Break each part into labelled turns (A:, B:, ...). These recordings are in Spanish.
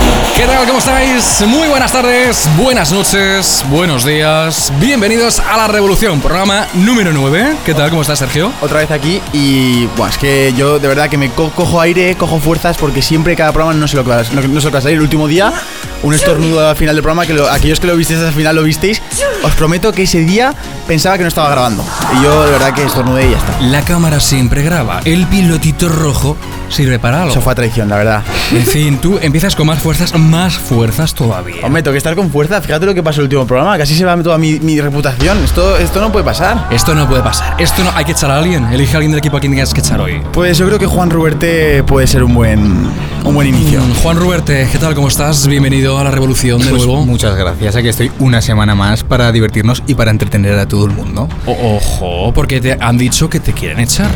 A: tal? ¿Cómo estáis? Muy buenas tardes, buenas noches, buenos días. Bienvenidos a La Revolución, programa número 9. ¿Qué tal? ¿Cómo estás, Sergio?
B: Otra vez aquí y buah, es que yo de verdad que me co- cojo aire, cojo fuerzas porque siempre cada programa no sé lo que va, no, no sé lo que va a salir. El último día, un estornudo al final del programa que lo- aquellos que lo visteis al final lo visteis. Os prometo que ese día pensaba que no estaba grabando. Y yo de verdad que estornudé y ya está.
A: La cámara siempre graba. El pilotito rojo sirve para algo.
B: Eso fue a traición, la verdad.
A: En fin, tú empiezas con más fuerzas, más fuerzas todavía.
B: Hombre, tengo que estar con fuerza. Fíjate lo que pasó en el último programa. Casi se va toda mi, mi reputación. Esto, esto no puede pasar.
A: Esto no puede pasar. Esto no. Hay que echar a alguien. Elige a alguien del equipo a quien tengas que echar hoy.
B: Pues yo creo que Juan Ruberte puede ser un buen, un buen inicio.
A: Mm, Juan Ruberte, ¿qué tal? ¿Cómo estás? Bienvenido a La Revolución de
C: Pues
A: nuevo.
C: muchas gracias, aquí estoy una semana más para divertirnos y para entretener a todo el mundo.
A: O- Ojo, porque te han dicho que te quieren echar.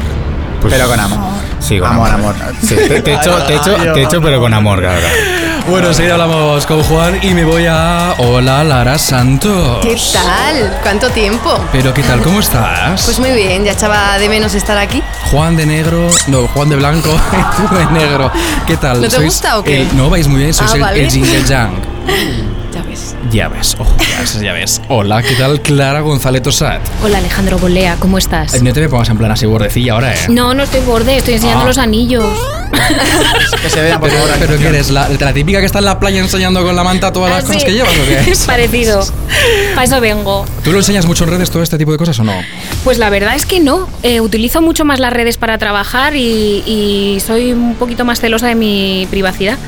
C: Pues-
B: Pero con amor.
C: Sí, con
B: Amor,
C: amor.
B: amor.
C: Sí, te, te echo, te echo- te echo, pero con amor, claro.
A: Bueno, enseguida hablamos con Juan y me voy a. Hola, Lara Santos.
D: ¿Qué tal? ¿Cuánto tiempo?
A: Pero, ¿qué tal? ¿Cómo estás?
D: Pues muy bien, ya echaba de menos estar aquí.
A: Juan de negro, no, Juan de blanco, y tú de negro. ¿Qué tal?
D: ¿No te gusta o qué?
A: el- no, vais muy bien, sois
D: Ah,
A: el,
D: vale.
A: el Jingle Jang.
D: Ya ves.
A: Ya ves, ojo, ya ves, ya ves. Hola, ¿qué tal? Clara González Tosat.
E: Hola Alejandro Bolea, ¿cómo estás?
A: Eh, No te me pongas en plan así bordecilla ahora, ¿eh?
E: No, no estoy borde, estoy enseñando
A: Ah.
E: los anillos.
B: Que se vean, por
A: Pero,
B: favor.
A: pero ¿qué eres? La, la típica que está en la playa enseñando con la manta todas Pues las
E: Ah,
A: cosas
E: sí.
A: que llevas o qué?
E: Parecido. Para eso vengo.
A: ¿Tú lo enseñas mucho en redes todo este tipo de cosas o no?
E: Pues la verdad es que no. Eh, utilizo mucho más las redes para trabajar y, y soy un poquito más celosa de mi privacidad.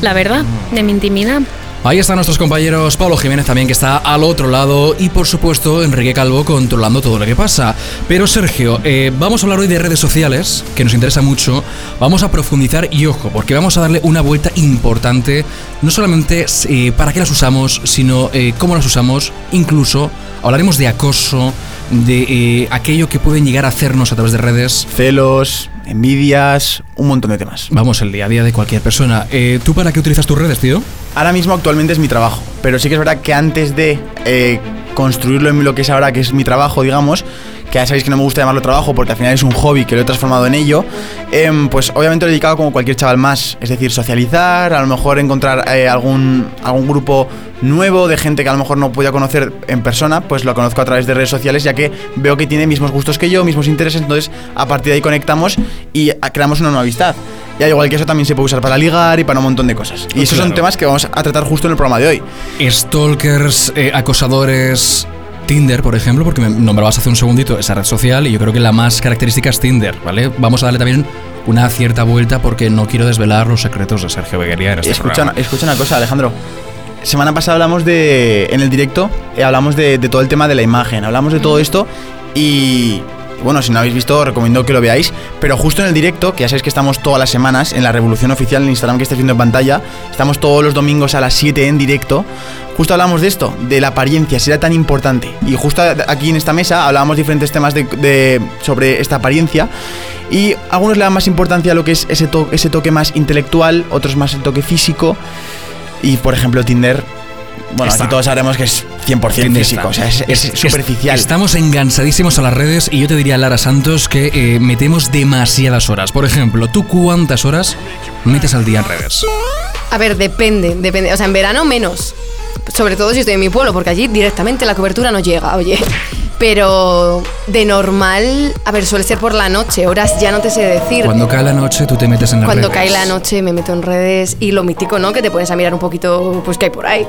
E: La verdad, de mi intimidad.
A: Ahí están nuestros compañeros Pablo Jiménez también que está al otro lado y por supuesto Enrique Calvo controlando todo lo que pasa. Pero Sergio, eh, vamos a hablar hoy de redes sociales, que nos interesa mucho, vamos a profundizar y ojo, porque vamos a darle una vuelta importante, no solamente eh, para qué las usamos, sino eh, cómo las usamos, incluso hablaremos de acoso, de eh, aquello que pueden llegar a hacernos a través de redes.
B: Celos, envidias, un montón de temas.
A: Vamos, el día a día de cualquier persona. Eh, ¿Tú para qué utilizas tus redes, tío?
B: Ahora mismo actualmente es mi trabajo, pero sí que es verdad que antes de eh, construirlo en lo que es ahora, que es mi trabajo, digamos, que ya sabéis que no me gusta llamarlo trabajo porque al final es un hobby que lo he transformado en ello, em, pues obviamente lo he dedicado como cualquier chaval más, es decir, socializar, a lo mejor encontrar eh, algún, algún grupo nuevo de gente que a lo mejor no podía conocer en persona, pues lo conozco a través de redes sociales ya que veo que tiene mismos gustos que yo, mismos intereses, entonces a partir de ahí conectamos y ah, creamos una nueva amistad. Y al igual que eso también se puede usar para ligar y para un montón de cosas. Y esos son
A: Claro.
B: temas que vamos a tratar justo en el programa de hoy.
A: Stalkers, eh, acosadores. Tinder, por ejemplo, porque me nombrabas hace un segundito esa red social y yo creo que la más característica es Tinder, ¿vale? Vamos a darle también una cierta vuelta porque no quiero desvelar los secretos de Sergio Beguería en este
B: escucha,
A: programa.
B: una- escucha una cosa, Alejandro. Semana pasada hablamos de. En el directo, eh, hablamos de, de todo el tema de la imagen, hablamos de todo esto y. Bueno, si no habéis visto, os recomiendo que lo veáis. Pero justo en el directo, que ya sabéis que estamos todas las semanas en la Revolución Oficial, en Instagram que estáis viendo en pantalla, estamos todos los domingos a las 7 en directo. Justo hablamos de esto, de la apariencia, si era tan importante. Y justo a- aquí en esta mesa hablábamos diferentes temas de- de, sobre esta apariencia. Y algunos le dan más importancia a lo que es ese, to- ese toque más intelectual, otros más el toque físico. Y por ejemplo, Tinder. Bueno,
A: Está.
B: aquí todos sabremos que es 100%
A: Tinder
B: físico,
A: está-
B: o sea, es, es
A: es-
B: superficial.
A: Estamos enganchadísimos a las redes y yo te diría, Lara Santos, que eh, metemos demasiadas horas. Por ejemplo, ¿tú cuántas horas metes al día en redes?
D: A ver, depende, depende. O sea, en verano menos. Sobre todo si estoy en mi pueblo, porque allí directamente la cobertura no llega, oye. Pero de normal, a ver, suele ser por la noche, horas ya no te sé decir.
A: Cuando cae la noche, tú te metes en las
D: Cuando
A: redes.
D: cae la noche me meto en redes y lo mítico, ¿no? Que te pones a mirar un poquito, pues qué hay por ahí.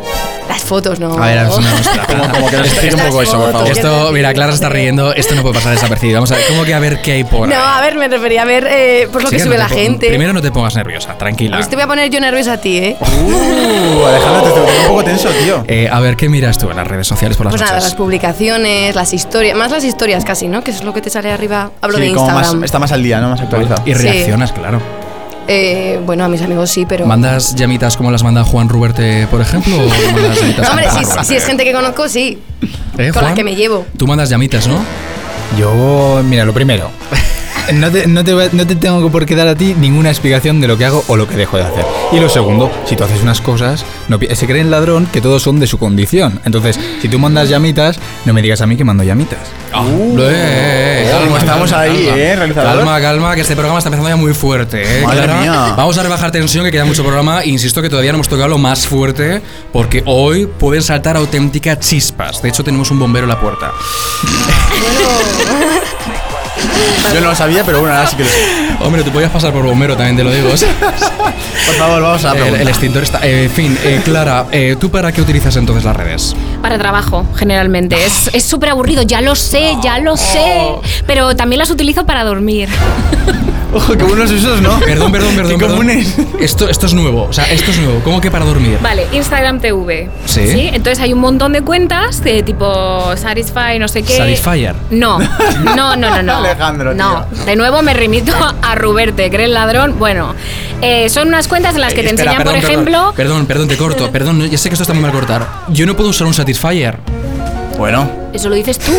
D: Las fotos, ¿no?
A: A ver, a ver, no, espera, espera.
B: Como, como que nos explique un poco eso, por favor.
A: Esto, mira, Clara se está riendo. Esto no puede pasar desapercibido. Vamos a ver, ¿cómo que a ver qué hay por
D: No,
A: ahí?
D: a ver, me refería a ver eh, pues lo
A: Chica,
D: que
A: no
D: sube
A: te
D: la
A: pon-
D: gente.
A: Primero no te pongas nerviosa, tranquila.
D: Pues te voy a poner yo nerviosa a ti, ¿eh?
B: Uh, Alejandro, te te pongo un poco tenso, tío.
A: Eh, a ver, ¿qué miras tú en las redes sociales por las
D: Pues nada,
A: noches?
D: las publicaciones, las historias, más las historias casi, ¿no? Que es lo que te sale arriba. Hablo
B: Sí,
D: de
B: como más,
D: Instagram.
B: está más al día, ¿no? Más actualizado.
A: y
D: Sí.
A: reaccionas, claro.
D: Eh, bueno, a mis amigos sí, pero.
A: ¿Mandas llamitas como las manda Juan Ruberte, por ejemplo? o mandas llamitas
D: No, hombre,
A: como
D: si,
A: Juan
D: si es gente que conozco, sí.
A: Ruberte? ¿Eh,
D: con la
A: Juan?
D: que me llevo.
A: Tú mandas llamitas, ¿no?
C: Yo, mira, lo primero. No te, no te va- no te tengo por qué dar a ti ninguna explicación de lo que hago o lo que dejo de hacer. Y lo segundo, si tú haces unas cosas, no, pi- se cree el ladrón que todos son de su condición. Entonces, si tú mandas llamitas, no me digas a mí que mando llamitas.
A: Ah, eh, eh, eh,
B: Como Uh. estamos ahí, ¿eh, realizador?
A: Calma, calma, que este programa está empezando ya muy fuerte, ¿eh?
B: Madre mía.
A: Vamos a rebajar tensión, que queda mucho programa. Insisto que todavía no hemos tocado lo más fuerte, porque hoy pueden saltar auténticas chispas. De hecho, tenemos un bombero en la puerta.
B: Yo no lo sabía, pero bueno, ahora sí que lo sé.
A: Hombre, tú podías pasar por bombero, también te lo digo. o sea,
B: Por favor, vamos a la
A: el, el
B: pregunta.
A: extintor está. eh, en fin, eh, Clara, eh, ¿tú para qué utilizas entonces las redes?
E: Para trabajo, generalmente.
A: Ah.
E: Es es súper aburrido, ya lo sé, ya lo sé.
A: Oh.
E: Pero también las utilizo para dormir.
B: Ojo, qué buenos esos, ¿no?
A: Perdón, perdón, perdón.
B: Qué
A: perdón.
B: comunes.
A: Esto, esto es nuevo, o sea, esto es nuevo. ¿Cómo que para dormir?
E: Vale, Instagram TV.
A: Sí.
E: Entonces hay un montón de cuentas de tipo Satisfy, no sé qué.
A: Satisfyer.
E: No, no, no, no, no.
B: Alejandro,
E: No, de nuevo me remito a Ruberte, que eres ladrón. Bueno, eh, son unas cuentas en las que
A: Eh,
E: te
A: espera,
E: enseñan, por
A: perdón,
E: ejemplo,
A: Perdón, perdón, te corto. Perdón, ya sé que esto está muy mal cortar. Yo no puedo usar un Satisfyer.
B: Bueno,
E: eso lo dices tú.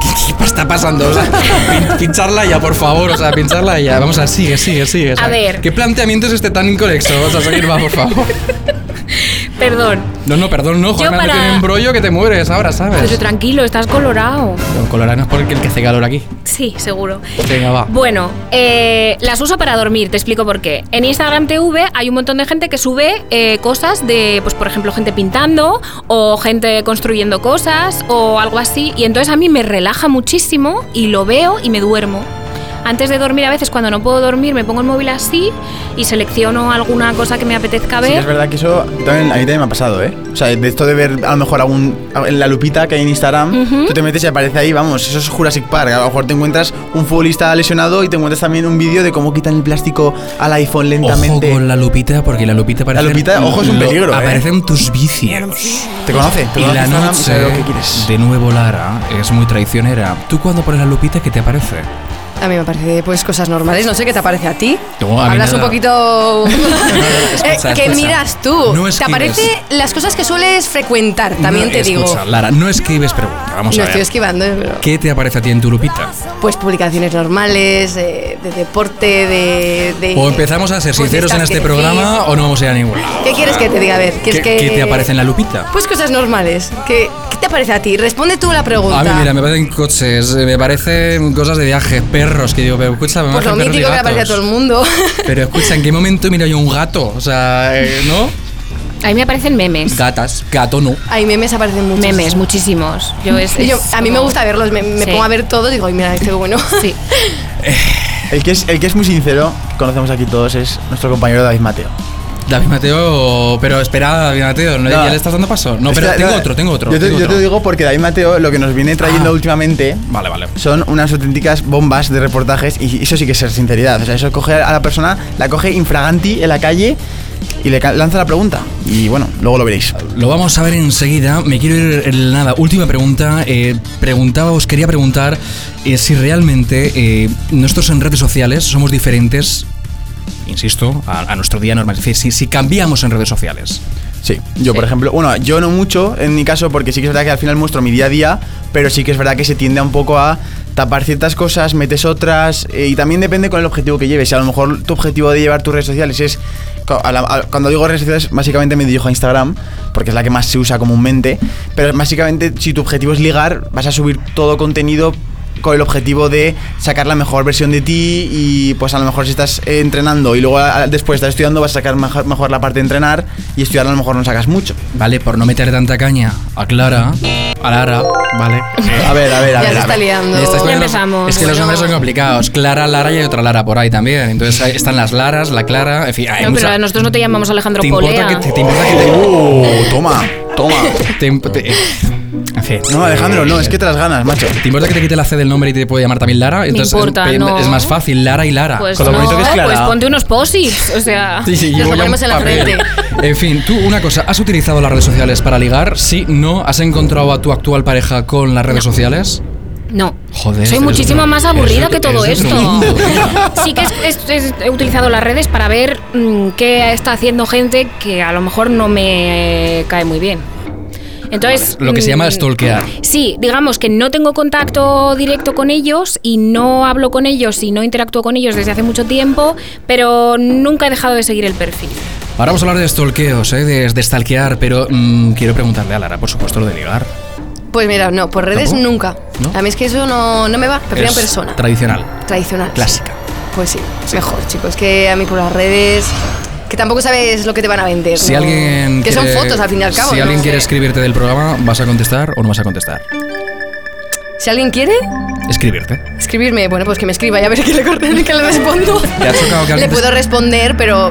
A: ¿Qué, qué está pasando? O sea, pin- pincharla ya, por favor. O sea, pincharla ya. Vamos a, sigue, sigue, sigue. o sea,
E: A ver.
A: ¿Qué planteamiento es este tan inconexo? Vamos a seguir, va, por favor.
E: Perdón.
A: No, no, perdón, no, Juan,
E: para- Pues
A: tiene un embrollo que te mueres ahora,
E: Pero
A: ¿sabes?
E: tranquilo, estás colorado.
A: Con coloranos por el que hace calor aquí.
E: Sí, seguro.
A: Venga, va.
E: Bueno, eh, las uso para dormir, te explico por qué. En Instagram TV hay un montón de gente que sube eh, cosas de, pues por ejemplo, gente pintando o gente construyendo cosas o algo así. Y entonces a mí me relaja muchísimo y lo veo y me duermo. Antes de dormir, a veces cuando no puedo dormir, me pongo el móvil así y selecciono alguna cosa que me apetezca
B: sí que
E: ver.
B: es verdad que eso también, a mí también me ha pasado, ¿eh? O sea, de esto de ver a lo mejor algún, en la lupita que hay en Instagram,
E: Ujú.
B: tú te metes y aparece ahí, vamos, eso es Jurassic Park. A lo mejor te encuentras un futbolista lesionado y te encuentras también un vídeo de cómo quitan el plástico al iPhone lentamente.
A: Ojo con la lupita, porque la lupita parece.
B: lupita, ojo, es un peligro, eh.
A: Aparecen tus vicios.
B: Te conoce, te
A: Y
B: conoce
A: la
B: Instagram y
A: noche,
B: sabe lo que quieres.
A: de nuevo Lara, es muy traicionera. ¿Tú cuando pones la lupita qué te aparece?
D: A mí me parece pues cosas normales, no sé qué te aparece a ti.
A: No, a mí
D: Hablas
A: nada.
D: un poquito
A: escucha,
D: Eh, ¿Qué
A: escucha.
D: miras tú?
A: No
D: te
A: escribes.
D: aparece las cosas que sueles frecuentar, también
A: No,
D: te
A: Escucha,
D: digo.
A: Lara, no escribes pregunta, vamos
D: Lo
A: a ver.
D: estoy esquivando, eh, pero-
A: ¿Qué te aparece a ti en tu lupita?
D: Pues publicaciones normales, eh, de deporte, de, de-
A: O empezamos a ser
D: Eh, pues
A: sinceros en
D: estas
A: este
D: que decís.
A: programa o no vamos a ir a ningún lado.
D: ¿Qué quieres que te diga? A ver, que
A: ¿Qué,
D: es que...
A: qué te aparece en la lupita?
D: Pues cosas normales. ¿Qué, qué te parece a ti? Responde tú la pregunta.
A: A mí, mira, me parecen coches, eh, me parecen cosas de viaje, perros, que digo, pero escucha, me
D: Pues lo
A: parecen perros y
D: mítico que le aparece a
A: gatos.
D: todo el mundo.
A: Pero escucha, ¿en qué momento miro yo un gato? O sea, eh, ¿no?
E: A mí me aparecen memes.
A: Gatas, gato no.
D: Hay memes aparecen muchos.
E: Memes, muchísimos. Yo es-
D: Yo-
E: es
D: a mí me
E: como-
D: gusta verlos, me, me
E: Sí.
D: pongo a ver todo y digo, ay, mira, qué bueno.
E: Sí.
B: El que, es, el que es muy sincero, que conocemos aquí todos, es nuestro compañero David Mateo.
A: David Mateo, pero espera, David Mateo, ¿no,
B: No.
A: ¿ya le estás dando paso? No, pero
B: Espera,
A: tengo
B: no,
A: otro, tengo otro.
B: Yo te,
A: tengo
B: yo
A: otro.
B: te digo porque David Mateo lo que nos viene trayendo
A: Ah.
B: últimamente
A: Vale, vale.
B: son unas auténticas bombas de reportajes y eso sí que es ser sinceridad. O sea, eso coge a la persona, la coge infraganti en la calle y le ca- lanza la pregunta. Y bueno, luego lo veréis.
A: Lo vamos a ver enseguida. Me quiero ir en nada. Última pregunta. Eh, preguntaba, os quería preguntar eh, si realmente eh, nosotros en redes sociales somos diferentes, insisto, a, a nuestro día normal. Es decir, si, si cambiamos en redes sociales.
B: Sí, yo por
E: Sí.
B: ejemplo, bueno, yo no mucho en mi caso porque sí que es verdad que al final muestro mi día a día, pero sí que es verdad que se tiende un poco a tapar ciertas cosas, metes otras eh, y también depende con el objetivo que lleves. Si a lo mejor tu objetivo de llevar tus redes sociales es co- a la- a- cuando digo redes sociales básicamente me dirijo a Instagram porque es la que más se usa comúnmente, pero básicamente si tu objetivo es ligar, vas a subir todo contenido con el objetivo de sacar la mejor versión de ti y pues a lo mejor si estás eh, entrenando y luego a- a- después estás estudiando vas a sacar mejor, mejor la parte de entrenar y estudiar a lo mejor no sacas mucho.
A: Vale, por no meter tanta caña a Clara, a Lara, vale.
B: A ver, a ver,
D: ya
B: a ver.
D: se
B: a
D: está
B: ver.
D: liando.
A: Ya estáis poniendo-
E: empezamos.
A: Es que los
E: Bueno.
A: nombres son complicados. Clara, Lara y hay otra Lara por ahí también. Entonces ahí están las Laras, la Clara, en fin, hay
E: No, pero
A: mucha-
E: a nosotros no te llamamos Alejandro
A: ¿Te importa
E: Polea.
A: que te, te importa que te- Uh.
B: Oh, toma, toma.
A: te imp- te- en fin.
B: No, Alejandro, no, es que te las ganas, macho.
A: ¿Te importa que te quite la C del nombre y te puede llamar también Lara? Entonces,
E: importa,
A: pe-
E: no.
A: Es más fácil, Lara y Lara.
E: Pues
B: Con lo
E: no,
B: bonito que es Clara.
E: pues ponte unos posits, o sea.
A: Sí, sí,
D: Nos
A: llevo
D: lo
A: ya un
D: ponemos en la
A: papel.
D: frente.
A: En fin, tú, una cosa, ¿has utilizado las redes sociales para ligar? Sí, no. ¿Has encontrado a tu actual pareja con las redes sociales?
E: No.
A: Joder,
E: Soy
A: eres
E: muchísimo
A: otro-
E: más aburrida
A: eres
E: que
A: otro-
E: todo
A: eres
E: esto.
A: otro mundo.
E: Sí que es- es- es- he utilizado las redes para ver mm, qué está haciendo gente que a lo mejor no me cae muy bien. Entonces.
A: Lo que se llama
E: mm,
A: stalkear.
E: Sí, digamos que no tengo contacto directo con ellos y no hablo con ellos y no interactúo con ellos desde hace mucho tiempo, pero nunca he dejado de seguir el perfil.
A: Ahora vamos a hablar de stalkeos, ¿eh? de, de stalkear, pero mm, quiero preguntarle a Lara, por supuesto, lo de ligar.
D: Pues mira, no, por redes
A: ¿Tampoco?
D: nunca.
A: ¿No?
D: A mí es que eso no, no me va, prefiero
A: Es
D: en persona.
A: Tradicional.
D: tradicional.
A: Clásica.
D: Pues sí, mejor, chicos, que a mí por las redes. Que tampoco sabes lo que te van a vender.
A: Si
D: ¿no?
A: alguien.
D: Que son
A: quiere-
D: fotos al fin y al cabo.
A: Si
D: ¿no?
A: alguien quiere escribirte del programa, ¿vas a contestar o no vas a contestar?
D: Si alguien quiere
A: Escribirte.
D: escribirme, bueno, pues que me escriba, ya veré que le, corté, que le respondo.
A: ¿Te ha chocado que
D: le
A: alguien te-
D: puedo responder, pero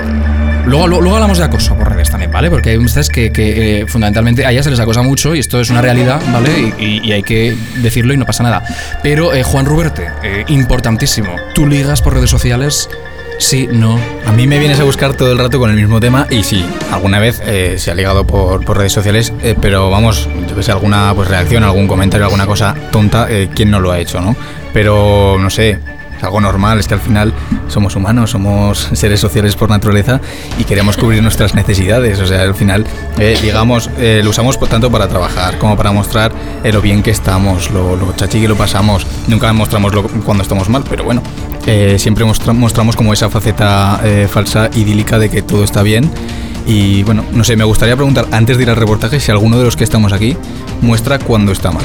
A: Luego, luego, luego hablamos de acoso por redes también, ¿vale? Porque hay ustedes que, que, eh, fundamentalmente a ellas se les acosa mucho y esto es una realidad, ¿vale? Y, y- y hay que decirlo y no pasa nada. Pero eh, Juan Ruberte, eh, importantísimo. ¿Tú ligas por redes sociales? Sí, no.
C: A mí me vienes a buscar todo el rato con el mismo tema y sí, alguna vez eh, se ha ligado por, por redes sociales, eh, pero vamos, yo que sé, alguna pues, reacción, algún comentario, alguna cosa tonta, eh, ¿quién no lo ha hecho, no? Pero, no sé, es algo normal, es que al final somos humanos, somos seres sociales por naturaleza y queremos cubrir nuestras necesidades, o sea, al final, eh, digamos, eh, lo usamos por tanto para trabajar como para mostrar eh, lo bien que estamos, lo, lo chachi que lo pasamos, nunca mostramos lo- cuando estamos mal, pero bueno, eh, siempre mostra- mostramos como esa faceta eh, falsa idílica de que todo está bien. Y bueno, no sé, me gustaría preguntar antes de ir al reportaje si alguno de los que estamos aquí muestra cuando está mal.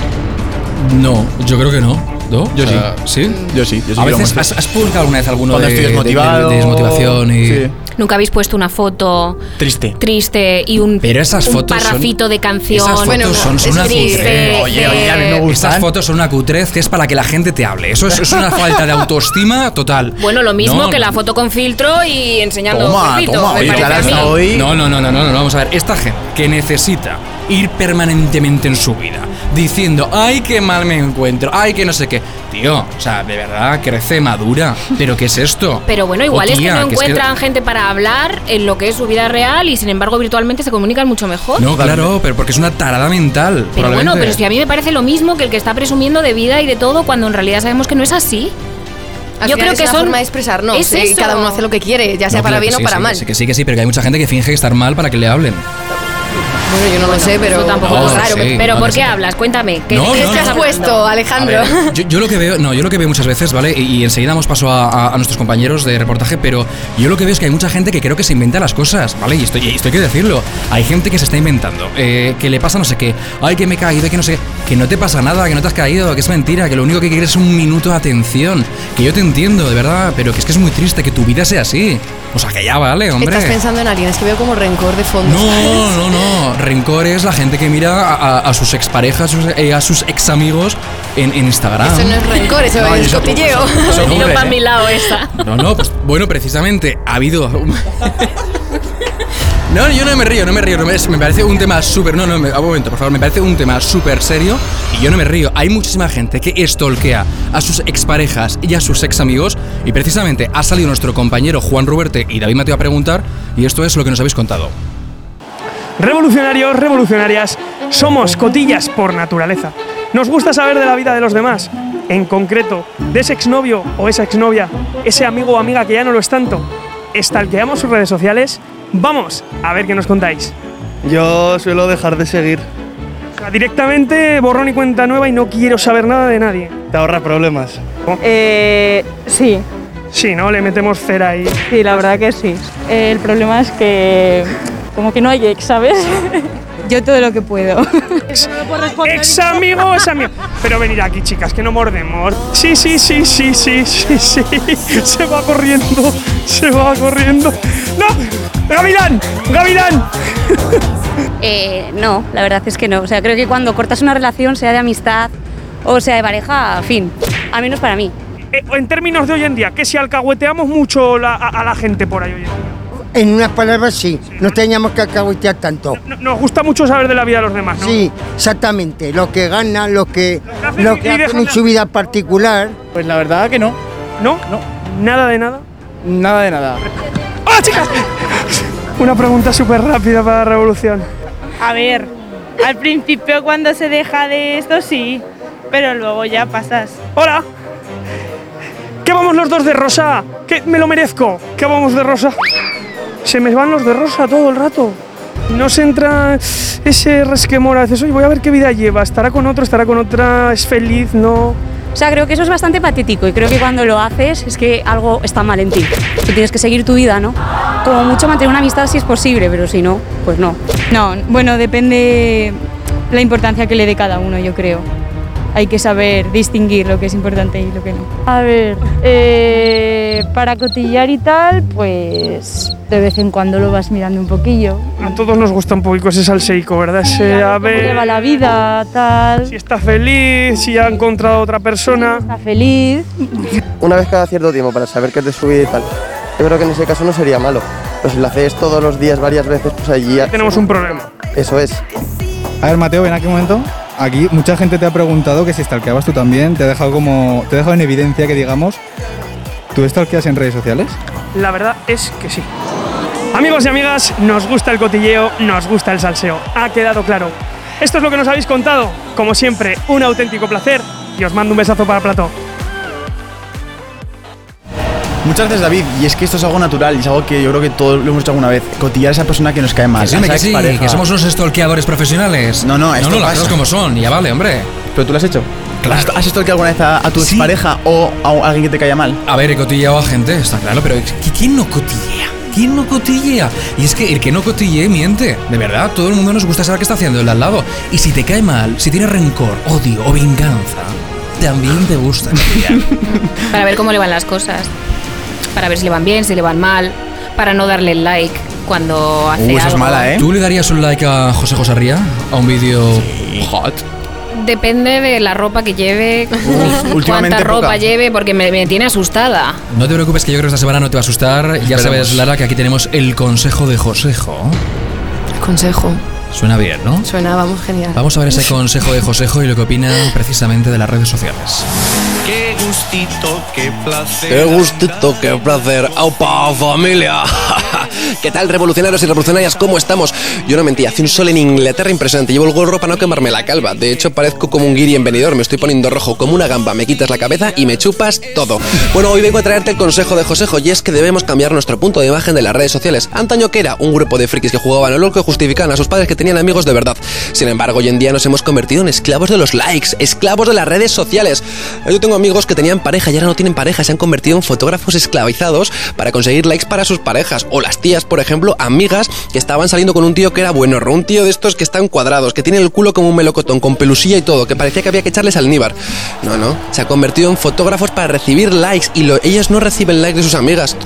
A: No, yo creo que no. ¿No?
B: Yo
A: sí. ¿Sí?
B: Yo sí, yo sí
A: A
B: que lo
A: veces,
B: muestro.
A: ¿has, has publicado alguna vez alguno
B: Cuando
A: de,
B: estoy
A: de- de-
B: desmotivado.
A: de desmotivación y...
B: Sí.
E: Nunca habéis puesto una foto
B: Triste.
E: triste y un,
A: Pero esas
E: un
A: fotos son-
E: parrafito de canción.
A: Esas fotos
D: Bueno,
A: son, son
D: es
A: una
D: triste,
B: Eh,
A: cutrez.
E: Oye, oye, a mí me
B: gusta.
A: Estas fotos son una cutrez que es para que la gente te hable. Eso es, es una falta de autoestima total.
E: Bueno, lo mismo
A: No,
E: que la foto con filtro y enseñando
B: Toma,
E: cuerpito,
B: toma,
E: me
B: oye,
E: parece
B: Clara
E: a mí.
B: está hoy-
A: No, no, no, no, no, no, vamos a ver. Esta gente que necesita ir permanentemente en su vida diciendo, ay, qué mal me encuentro, ay, que no sé qué. Tío, o sea, de verdad, crece madura. ¿Pero qué es esto?
E: Pero bueno,
A: O
E: igual es que
A: Oh, tía,
E: no
A: es que-
E: encuentran gente para hablar en lo que es su vida real y sin embargo virtualmente se comunican mucho mejor.
A: No, claro, pero porque es una tarada mental.
E: pero bueno,
A: probablemente.
E: pero si a mí me parece lo mismo que el que está presumiendo de vida y de todo cuando en realidad sabemos que no es así.
D: al
E: Yo
D: final
E: creo
D: es
E: que
D: una
E: son-
D: forma de expresarnos.
E: es
D: eh, y
E: eso.
D: cada uno hace lo que quiere, ya sea
A: No,
D: para
A: claro
D: bien
A: que
D: o
A: sí,
D: para
A: sí,
D: mal.
A: sí, que sí, que sí, pero que hay mucha gente que finge estar mal para que le hablen.
D: Bueno, yo no lo sé, pero.
E: Eso tampoco
A: No,
E: es raro.
A: sí,
E: pero
A: no,
E: ¿por
A: no
E: qué
A: sé.
E: hablas? Cuéntame. ¿Qué,
A: No,
E: de
A: no,
D: ¿Qué te
E: estás
D: has
A: no.
E: hablando?
D: puesto,
A: A
D: Alejandro?
A: ver, yo, yo lo que veo, no, yo lo que veo muchas veces, ¿vale? Y, y enseguida damos paso a, a- a nuestros compañeros de reportaje, pero yo lo que veo es que hay mucha gente que creo que se inventa las cosas, ¿vale? Y esto, y esto hay que decirlo. Hay gente que se está inventando, eh, que le pasa no sé qué, ay, que me he caído, que no sé qué, que no te pasa nada, que no te has caído, que es mentira, que lo único que quieres es un minuto de atención. Que yo te entiendo, de verdad, pero que es que es muy triste que tu vida sea así. O sea, que ya vale, hombre.
D: Estás pensando en alguien, es que veo como rencor de fondo.
A: No, no, no. Rencor es la gente que mira a, a- a sus exparejas, a sus, eh, a sus ex amigos en, en Instagram.
D: Eso no es rencor, eso
B: No,
D: es
B: eso-
D: cotilleo.
A: Ah. Eso es
E: Tiro
A: hombre,
E: para
A: ¿eh?
E: mi lado esa.
A: No, no, pues bueno, precisamente ha habido. No, yo no me río, no me río, no me, es- me parece un tema súper, no, no, me- un momento, por favor, me parece un tema súper serio y yo no me río. Hay muchísima gente que estolquea a sus exparejas y a sus ex amigos y precisamente ha salido nuestro compañero Juan Ruberte y David Mateo a preguntar y esto es lo que nos habéis contado.
F: Revolucionarios, revolucionarias, somos cotillas por naturaleza. Nos gusta saber de la vida de los demás, en concreto, de ese exnovio o esa exnovia, ese amigo o amiga que ya no lo es tanto. Estalqueamos sus redes sociales, vamos a ver qué nos contáis.
G: Yo suelo dejar de seguir.
F: O sea, Directamente borrón y cuenta nueva y no quiero saber nada de nadie.
G: Te ahorras problemas.
H: Eh, sí,
F: Sí, ¿no? Le metemos cera ahí.
H: sí, la verdad que sí. Eh, el problema es que como que no hay ex, ¿sabes? Yo todo lo que puedo.
F: Ex amigo, ex amigo. Pero venid aquí, chicas, que no mordemos. Sí, sí, sí, sí, sí, sí, sí. Se va corriendo, se va corriendo. ¡No! ¡Gavilán! ¡Gavilán!
I: Eh, no, la verdad es que no. O sea, creo que cuando cortas una relación, sea de amistad o sea de pareja, fin. A menos para mí.
F: Eh, en términos de hoy en día, que si alcahueteamos mucho la- a, a la gente por ahí hoy en día.
J: En unas palabras, sí, no teníamos que acabutear tanto.
F: No- nos gusta mucho saber de la vida de los demás, ¿no?
J: Sí, exactamente, lo que ganan, lo que,
F: Lo que hacen
J: lo
F: y-
J: que
F: y
J: hacen
F: dejan
J: en
F: de-
J: su vida particular.
G: Pues la verdad que no.
F: ¿No? ¿Nada de nada?
G: Nada de nada.
F: ¡Ah, chicas! Una pregunta súper rápida para la revolución.
H: A ver, al principio cuando se deja de esto sí, pero luego ya pasas.
F: ¡Hola! ¿Qué vamos los dos de rosa? ¿Qué me lo merezco? ¿Qué vamos de rosa? Se me van los de rosa todo el rato. Nos entra ese resquemor a veces, oye, voy a ver qué vida lleva, estará con otro, estará con otra, es feliz, no.
I: O sea, creo que eso es bastante patético y creo que cuando lo haces es que algo está mal en ti. Tú tienes que seguir tu vida, ¿no? Como mucho mantener una amistad si es posible, pero si no, pues no.
H: No, bueno, depende la importancia que le dé cada uno, yo creo. Hay que saber distinguir lo que es importante y lo que no.
K: A ver, eh, para cotillar y tal, pues de vez en cuando lo vas mirando un poquillo.
F: A todos nos gusta un poquito ese salseico, ¿verdad? Ese, a
K: Cómo lleva
F: ver
K: la vida, tal.
F: si está feliz, si ha encontrado otra persona.
K: Está feliz.
L: Una vez cada cierto tiempo para saber qué es de su vida y tal. Yo creo que en ese caso no sería malo. Pues si lo haces todos los días, varias veces, pues allí ya-
F: Tenemos un problema.
L: Eso es.
M: A ver, Mateo, ven aquí un momento. Aquí mucha gente te ha preguntado que si stalkeabas tú también. Te ha dejado como. Te ha dejado en evidencia que digamos. ¿Tú stalkeas en redes sociales?
F: La verdad es que sí. Amigos y amigas, nos gusta el cotilleo, nos gusta el salseo. Ha quedado claro. Esto es lo que nos habéis contado. Como siempre, un auténtico placer y os mando un besazo para Platón.
B: Muchas gracias, David. Y es que esto es algo natural y es algo que yo creo que todos lo hemos hecho alguna vez. Cotillar a esa persona que nos cae mal.
A: Que sí,
B: a esa
A: Pues que sí,
B: expareja.
A: que somos unos stalkeadores profesionales.
B: No, no, esto
A: no, las
B: pasa.
A: cosas como son, ya vale, hombre.
B: Pero tú lo has hecho. Claro. ¿Has esto que alguna vez a, a tu expareja o a a alguien que te caiga mal?
A: A ver, he cotilleado a gente, está claro, pero ¿qui- ¿quién no cotillea? ¿Quién no cotillea? Y es que el que no cotille miente. De verdad, todo el mundo nos gusta saber qué está haciendo el de al lado. Y si te cae mal, si tienes rencor, odio o venganza, también te gusta cotillar.
E: Para ver cómo le van las cosas. Para ver si le van bien, si le van mal. Para no darle el like cuando hace
B: Uh,
E: algo.
B: ¿eh?
A: ¿Tú le darías un like a José José Ría? A un vídeo hot.
E: Depende de la ropa que lleve, cuánta
A: últimamente
E: ropa
A: poca.
E: lleve, porque me, me tiene asustada.
A: No te preocupes que yo creo que esta semana no te va a asustar. Ya
E: Esperemos.
A: sabes, Lara, que aquí tenemos el consejo de Josejo.
D: Consejo.
A: Suena bien, ¿no?
D: Suena, vamos, genial.
A: Vamos a ver ese consejo de Josejo y lo que opinan precisamente de las redes sociales.
N: Qué gustito, qué placer.
O: Qué gustito, qué placer. ¡Aupa, familia! ¿Qué tal, revolucionarios y revolucionarias? ¿Cómo estamos? Yo no mentí, hace un sol en Inglaterra impresionante. Llevo el gorro para no quemarme la calva. De hecho, parezco como un guiri en Benidorm. Me estoy poniendo rojo como una gamba. Me quitas la cabeza y me chupas todo. Bueno, hoy vengo a traerte el consejo de Josejo y es que debemos cambiar nuestro punto de imagen de las redes sociales. Antaño que era un grupo de frikis que jugaban al LOL que justificaban a sus padres que tenían amigos de verdad. Sin embargo, hoy en día nos hemos convertido en esclavos de los likes, esclavos de las redes sociales. Yo tengo amigos que tenían pareja y ahora no tienen pareja, se han convertido en fotógrafos esclavizados para conseguir likes para sus parejas. O las tías, por ejemplo, amigas que estaban saliendo con un tío que era bueno, un tío de estos que están cuadrados, que tienen el culo como un melocotón, con pelusilla y todo, que parecía que había que echarles al níbar. No, no, se ha convertido en fotógrafos para recibir likes y lo- ellas no reciben likes de sus amigas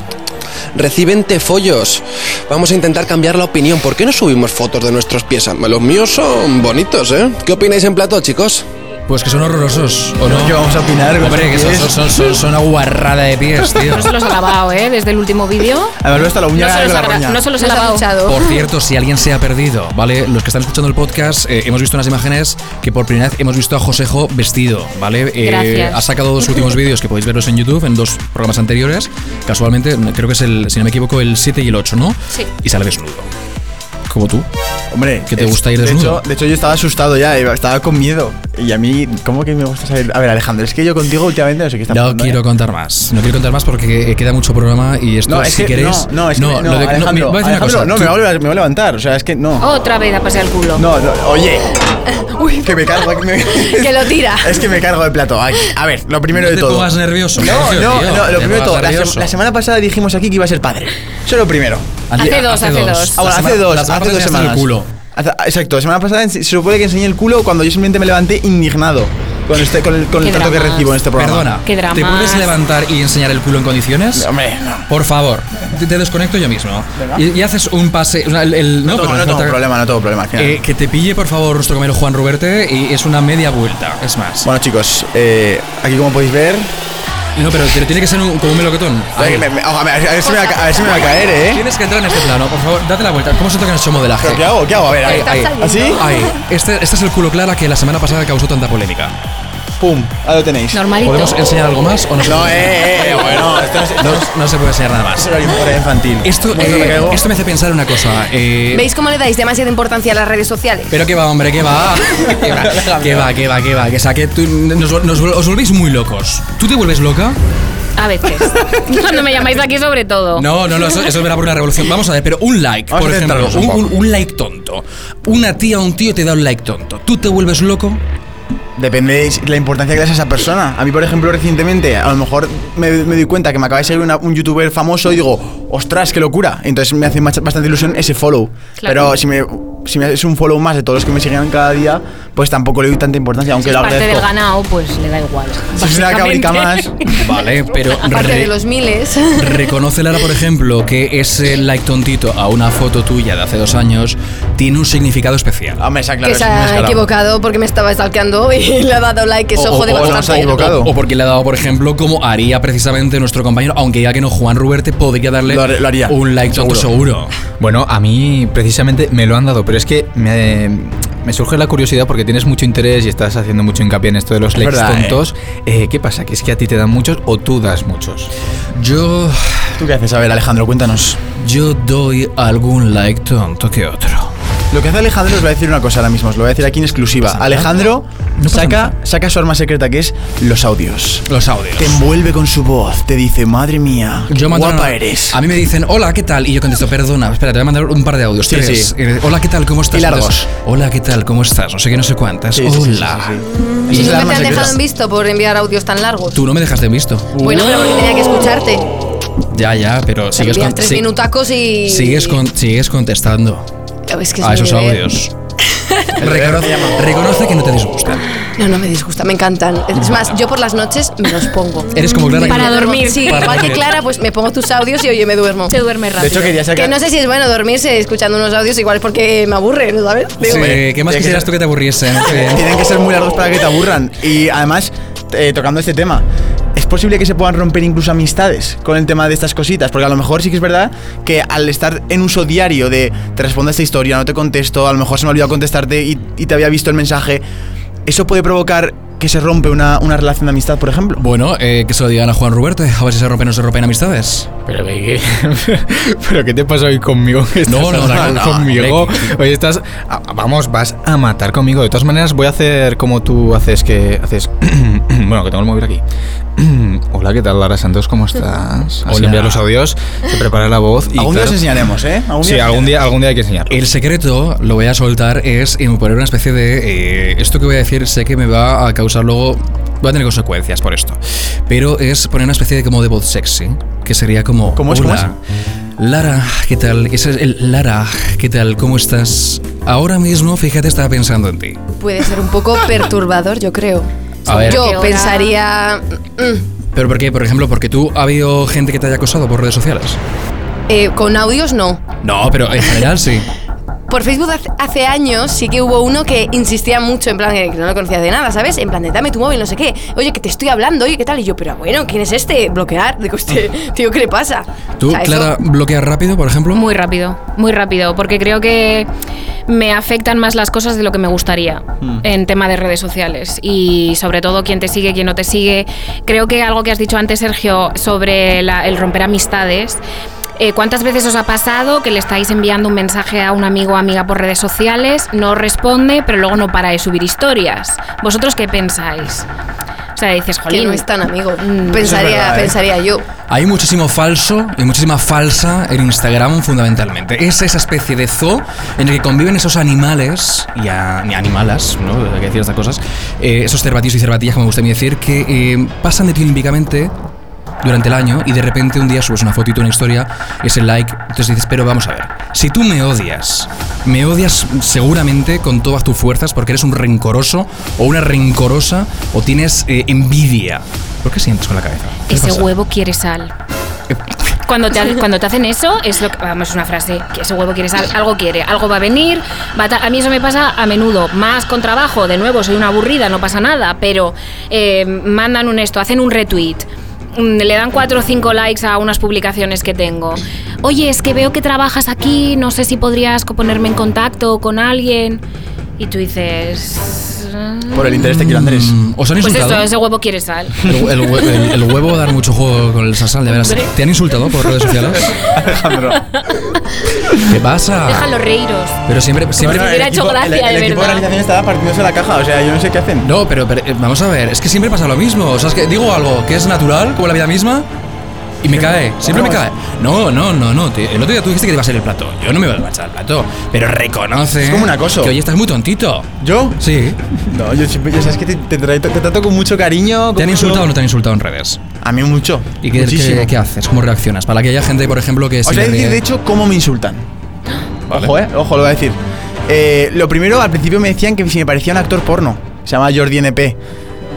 O: reciben tefollos. Vamos a intentar cambiar la opinión. ¿Por qué no subimos fotos de nuestros pies? Los míos son bonitos, ¿eh? ¿Qué opináis en plato, chicos?
A: Pues que son horrorosos, ¿o no?
B: ¿Qué vamos a opinar?
A: Hombre, que son, son, son, son- son una guarrada de pies, tío.
E: No se los ha lavado, ¿eh? Desde el último vídeo.
A: Además, hasta la
E: No se los ha gra- no se los ha lavado.
A: Por cierto, si alguien se ha perdido, ¿vale? Los que están escuchando el podcast, eh, hemos visto unas imágenes que por primera vez hemos visto a Josejo vestido, ¿vale? Eh,
P: Gracias.
A: ha sacado dos últimos vídeos que podéis verlos en YouTube, en dos programas anteriores. Casualmente, creo que es el, si no me equivoco, el 7 y el 8, ¿no?
E: Sí.
A: Y sale desnudo. Como tú.
B: Hombre,
A: Que te
B: es-
A: gusta ir
B: de
A: desnudo.
B: hecho, de hecho, yo estaba asustado ya, eh, estaba con miedo. Y a mí, ¿cómo que me gusta salir? A ver, Alejandro, es que yo contigo últimamente no sé qué está
A: No
B: pasando,
A: quiero
B: ¿eh?
A: contar más. No quiero contar más porque eh, queda mucho programa y esto,
B: No, es
A: si
B: que
A: queréis.
B: no, no, es que no,
A: lo de- no,
B: Alejandro,
A: mira, voy a decir una
B: Alejandro,
A: cosa.
B: no,
A: Tú-
B: me voy, a, me voy a levantar, o sea, es que no.
E: Otra vez a pasear el culo.
B: No, no, oye. Que me cargo, que, me-
E: Que lo tira.
B: es que me cargo el plato. Ay, A ver, lo primero
A: No
B: de
A: te
B: todo.
A: pongas nervioso,
B: No,
A: Sergio,
B: no,
A: tío,
B: no,
A: te
B: lo primero de
A: pongas
B: todo. La,
A: nervioso.
B: sem- la semana pasada dijimos aquí que iba a ser padre. Eso es lo primero.
A: Hace- Hace dos, hace hace dos. dos.
B: Ah, bueno,
A: La
B: hace
A: semana-
B: dos,
A: la semana
B: hace
A: pasada
B: dos
A: enseñaste
B: semanas.
A: el culo.
B: Hace- Exacto, la semana pasada en- se supone que enseñé el culo cuando yo simplemente me levanté indignado con, este, con el, con el
A: Qué
B: trato que
A: dramas.
B: recibo en este programa.
A: Perdona, ¿te puedes levantar y enseñar el culo en condiciones?
B: Hombre, no.
A: Por favor, te, te desconecto yo mismo.
B: Venga.
A: Y, y haces un pase. o sea, el- el- no,
B: No,
A: pero
B: tengo- no
A: falta-
B: tengo problema, no tengo problema. al final.
A: Eh, que te pille, por favor, nuestro comero Juan Ruberte y es una media vuelta, es más.
B: Bueno, chicos, eh, aquí como podéis ver.
A: No, pero pero tiene que ser un- como un melocotón.
B: Ay, me- me- a ver, a ver si me va a ca- a ver si me va a caer, ¿eh?
A: Tienes que entrar en este plano, por favor, date la vuelta. ¿Cómo se toca nuestro modelaje?
B: ¿Pero qué hago? ¿Qué hago? A ver, a ver.
A: ahí, ahí.
B: ¿Así?
A: Ahí. Este, este es el culo clara que la semana pasada causó tanta polémica.
B: Pum, ahí lo tenéis.
A: Normalito. ¿Podemos enseñar algo más o no se
B: No,
A: puede?
B: eh, eh, bueno, esto es-
A: no, no se puede enseñar nada más.
B: Esto era infantil.
A: Esto,
B: Bueno,
A: eh,
B: me caigo.
A: esto me hace pensar una cosa. eh,
D: ¿Veis cómo le dais demasiada importancia a las redes sociales?
A: Pero que va, hombre, que va. Que va, que va, que va, que va. Que saque. tú- nos, vol- nos vol- os volvéis muy locos. ¿Tú te vuelves loca?
E: A veces. Cuando me llamáis de aquí, sobre todo.
A: No, no, no, eso, eso verá por una revolución. Vamos a ver, pero un like,
O: Vamos
A: por
O: a
A: ejemplo,
O: centrarnos
A: un,
O: un
A: un- un like tonto. Una tía o un tío te da un like tonto. ¿Tú te vuelves loco?
B: Depende de la importancia que le das a esa persona. A mí, por ejemplo, recientemente, a lo mejor me, me doy cuenta que me acaba de seguir una- un youtuber famoso y digo, ostras, qué locura. Entonces me hace macha- bastante ilusión ese follow.
E: Claro.
B: Pero si me, si me es un follow más de todos los que me siguen cada día, pues tampoco le doy tanta importancia, aunque
E: Si es
B: lo
E: parte del
B: agradezco.
E: ganado, pues le da igual.
B: Si es una cabrica más.
A: Vale, pero
D: Aparte
A: re-
D: de los miles.
A: reconoce Lara, por ejemplo, que ese like tontito a una foto tuya de hace dos años tiene un significado especial.
B: Hombre, está
D: que se ha equivocado porque me estaba stalkeando y le ha dado like, que es ojo de bastante.
A: O, o porque le ha dado, por ejemplo, como haría precisamente nuestro compañero, aunque ya que no Juan Ruberte, podría darle
C: Lo haré- lo haría,
A: un like tonto seguro.
C: Bueno, a mí precisamente me lo han dado, pero es que me, me surge la curiosidad porque tienes mucho interés y estás haciendo mucho hincapié en esto de los
A: Es
C: likes
A: verdad, eh.
C: tontos. Eh, ¿Qué pasa? ¿Que es que a ti te dan muchos o tú das muchos?
A: Yo.
B: ¿Tú qué haces? A ver, Alejandro, cuéntanos.
A: Yo doy algún like tonto que otro.
B: Lo que hace Alejandro os voy a decir una cosa ahora mismo, os lo voy a decir aquí en exclusiva. Alejandro saca, saca su arma secreta que es los audios.
A: Los audios.
B: Te envuelve con su voz, te dice, madre mía,
A: Yo mando
B: guapa
A: una-
B: eres.
A: A mí me dicen, hola, ¿qué tal? Y yo contesto, perdona, espera, te voy a mandar un par de audios.
B: Sí,
A: tres.
B: sí.
A: Eh, Hola, ¿qué tal? ¿Cómo estás?
B: Y largos.
A: Entonces, hola, ¿qué tal? ¿Cómo estás? No sé qué, no sé cuántas.
B: Sí, sí, sí,
A: hola.
D: ¿Y siempre te han dejado en visto por enviar audios tan largos?
A: Tú no me dejaste en visto.
D: Bueno, pero porque tenía que escucharte.
A: Ya, ya, pero sigues,
D: Envías
A: con-
D: tres
A: sí-
D: minutacos y...
A: sigues, con- sigues contestando
D: Es que es
A: a
D: mi
A: esos
D: nivel.
A: audios. reconoce, reconoce que no te disgustan.
D: No, no me disgusta, me encantan. Es más, yo por las noches me los pongo.
A: Eres como Clara
D: Para
A: que-
D: dormir, sí.
A: Para
D: Igual que
A: dormir.
D: Clara, pues me pongo tus audios y oye, me duermo. Se duerme
B: rápido. hecho, quería sacar-
D: Que no sé si es bueno dormirse escuchando unos audios, igual es porque me aburre, ¿no ¿sabes?
A: Sí, ¿Qué más
B: tiene que
A: quisieras
B: ser-
A: tú que te aburriesen? Eh,
B: Tienen que ser muy largos para que te aburran. Y además, eh, tocando este tema, es posible que se puedan romper incluso amistades con el tema de estas cositas, porque a lo mejor sí que es verdad que al estar en uso diario de te respondo a esta historia, no te contesto, a lo mejor se me ha olvidado contestarte y, y te había visto el mensaje, eso puede provocar que se rompe una, una relación de amistad, por ejemplo.
A: Bueno, eh, que se lo digan a Juan Ruberte, a ver si se rompen o no se rompen amistades.
C: Pero, ¿qué, ¿Pero qué te pasa hoy conmigo? ¿Qué estás
A: No, no,
C: hablando
A: no, no,
C: conmigo. Hoy estás. ah, Vamos, vas a matar conmigo. De todas maneras, voy a hacer como tú haces que. haces Bueno, que tengo el móvil aquí. Hola, ¿qué tal, Lara Santos? ¿Cómo estás? Así
A: Hola.
C: enviar los audios, se prepara la voz y.
A: Algún día os enseñaremos,
B: ¿eh? Algún
C: sí,
A: día os
C: algún día, algún día hay que enseñar.
A: El secreto, lo voy a soltar, es eh, poner una especie de... eh, esto que voy a decir sé que me va a causar luego... Va a tener consecuencias por esto. Pero es poner una especie de como de voz sexy, que sería como...
B: ¿Cómo es? ¿Cómo
A: "Hola, Lara, ¿qué tal? Ese es el Lara, ¿qué tal? ¿Cómo estás? Ahora mismo, fíjate, estaba pensando en ti.
D: Puede ser un poco perturbador, yo creo.
A: A ver. ¿Qué
D: Yo
A: hora?
D: pensaría... mm,
A: ¿Pero por qué? Por ejemplo, porque tú ha habido gente que te haya acosado por redes sociales.
D: eh, con audios no.
A: No, pero en general sí.
D: Por Facebook hace, hace años sí que hubo uno que insistía mucho, en plan, que no lo conocía de nada, ¿sabes? En plan, de dame tu móvil, no sé qué. Oye, que te estoy hablando, oye, ¿qué tal? Y yo, pero bueno, ¿quién es este? Bloquear. Digo, este, tío, ¿qué le pasa?
A: ¿Tú,
D: O sea, eso-
A: Clara, bloqueas rápido, por ejemplo?
E: Muy rápido, muy rápido, porque creo que me afectan más las cosas de lo que me gustaría
A: Mm.
E: en tema de redes sociales y sobre todo quién te sigue, quién no te sigue. Creo que algo que has dicho antes, Sergio, sobre la- el romper amistades. eh, ¿Cuántas veces os ha pasado que le estáis enviando un mensaje a un amigo o amiga por redes sociales, no responde, pero luego no para de subir historias? ¿Vosotros qué pensáis? O sea, dices,
D: que
E: jolín.
D: no es tan amigo.
E: Mm,
D: Pensaría,
A: verdad, ¿eh?
D: pensaría yo.
A: Hay muchísimo falso y muchísima falsa en Instagram fundamentalmente. Es esa especie de zoo en el que conviven esos animales y, a- y animalas, ¿no? Hay que decir estas cosas. eh, esos cervatillos y cervatillas, como me gusta a mí decir, que eh, pasan de ti olímpicamente durante el año y de repente un día subes una fotito, una historia, ese like, entonces dices, pero vamos a ver, si tú me odias, me odias seguramente con todas tus fuerzas porque eres un rencoroso o una rencorosa o tienes eh, envidia. ¿Por qué sientes con la cabeza? ¿Qué
E: Ese
A: pasa?
E: huevo quiere sal. Cuando te, cuando te hacen eso, es lo que, vamos, es una frase, que ese huevo quiere sal, algo quiere, algo va a venir, va a, ta- a mí eso me pasa a menudo, más con trabajo, de nuevo, soy una aburrida, no pasa nada, pero eh, mandan un esto, hacen un retweet, mm, le dan cuatro o cinco likes a unas publicaciones que tengo. Oye, es que veo que trabajas aquí, no sé si podrías co- ponerme en contacto con alguien. Y tú dices.
B: Por el interés te quiero, Andrés.
A: Mm, ¿Os han
E: Pues
A: insultado?
E: esto, ese huevo quiere sal.
A: El, hue- el hue- el- el huevo va a dar mucho juego con el sasal, de veras.
E: Hombre.
A: ¿Te han insultado por redes sociales? Alejandro. ¿Qué pasa?
E: Deja los reiros.
A: Pero siempre. siempre
E: Como si hubiera hecho gracia,
B: el, el
E: de
B: equipo de
E: verdad.
B: organización estaba partiéndose la caja, o sea, yo no sé qué hacen.
A: No, pero, pero, eh, vamos a ver, es que siempre pasa lo mismo. O sea, es que digo algo que es natural, como la vida misma, y me cae. Siempre me cae. No, no, no, no. te- el otro día tú dijiste que te iba a ser el plato. Yo no me voy a marchar el plato. Pero reconoce.
B: Es como un acoso.
A: Que hoy estás muy tontito.
B: ¿Yo?
A: Sí.
B: No, yo siempre, ya sabes que te, te tra- te trato con mucho cariño.
A: ¿Te han insultado o no te han insultado en redes?
B: A mí mucho.
A: ¿Y qué,
B: Muchísimo.
A: qué- qué haces? ¿Cómo reaccionas? Para que haya gente, por ejemplo, que
B: Os
A: se
B: voy a
A: le
B: decir,
A: ríe.
B: de hecho, cómo me insultan. Ojo, eh. Ojo, lo voy a decir. Eh, lo primero, al principio me decían que si me parecía un actor porno. Se llama Jordi NP.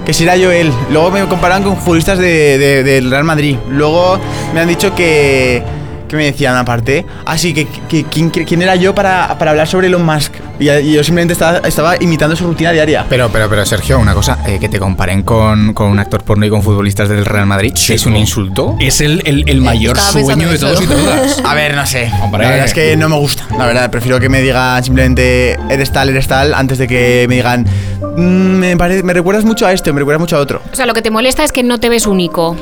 B: Que si era yo él. Luego me comparaban con futbolistas de- de- del Real Madrid. Luego me han dicho que. que me decían aparte. Así que, que- ¿quién, cre- quién era yo para, para hablar sobre Elon Musk? Y, y yo simplemente estaba, estaba imitando su rutina diaria.
C: Pero, pero, pero, Sergio, una cosa, eh, que te comparen con, con un actor porno y con futbolistas del Real Madrid, ¿es un insulto?
A: Es el, el, el mayor
B: Estaba pensando
A: sueño de
B: eso.
A: todos y todas.
B: A ver, no sé.
A: Hombre.
B: La verdad es que no me gusta. La verdad, prefiero que me digan simplemente eres tal, eres tal, antes de que me digan "Mm, me, pare- me recuerdas mucho a este, me recuerdas mucho a otro.
E: O sea, lo que te molesta es que no te ves único.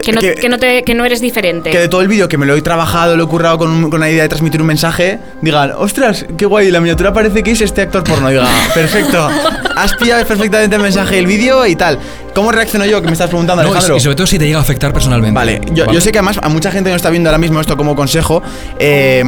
E: Que no,
B: Eh, Que-
E: que no te- que no eres diferente.
B: Que de todo el vídeo que me lo he trabajado, lo he currado con, un- con la idea de transmitir un mensaje, digan, ostras, qué guay, la miniatura parece que es este actor porno. Diga, perfecto, has pillado perfectamente el mensaje del vídeo y tal. ¿Cómo reacciono yo? Que me estás preguntando,
A: No, y-
B: Alejandro.
A: y sobre todo si te llega a afectar personalmente.
B: Vale, yo, yo sé que además a mucha gente que no está viendo ahora mismo esto como consejo, eh,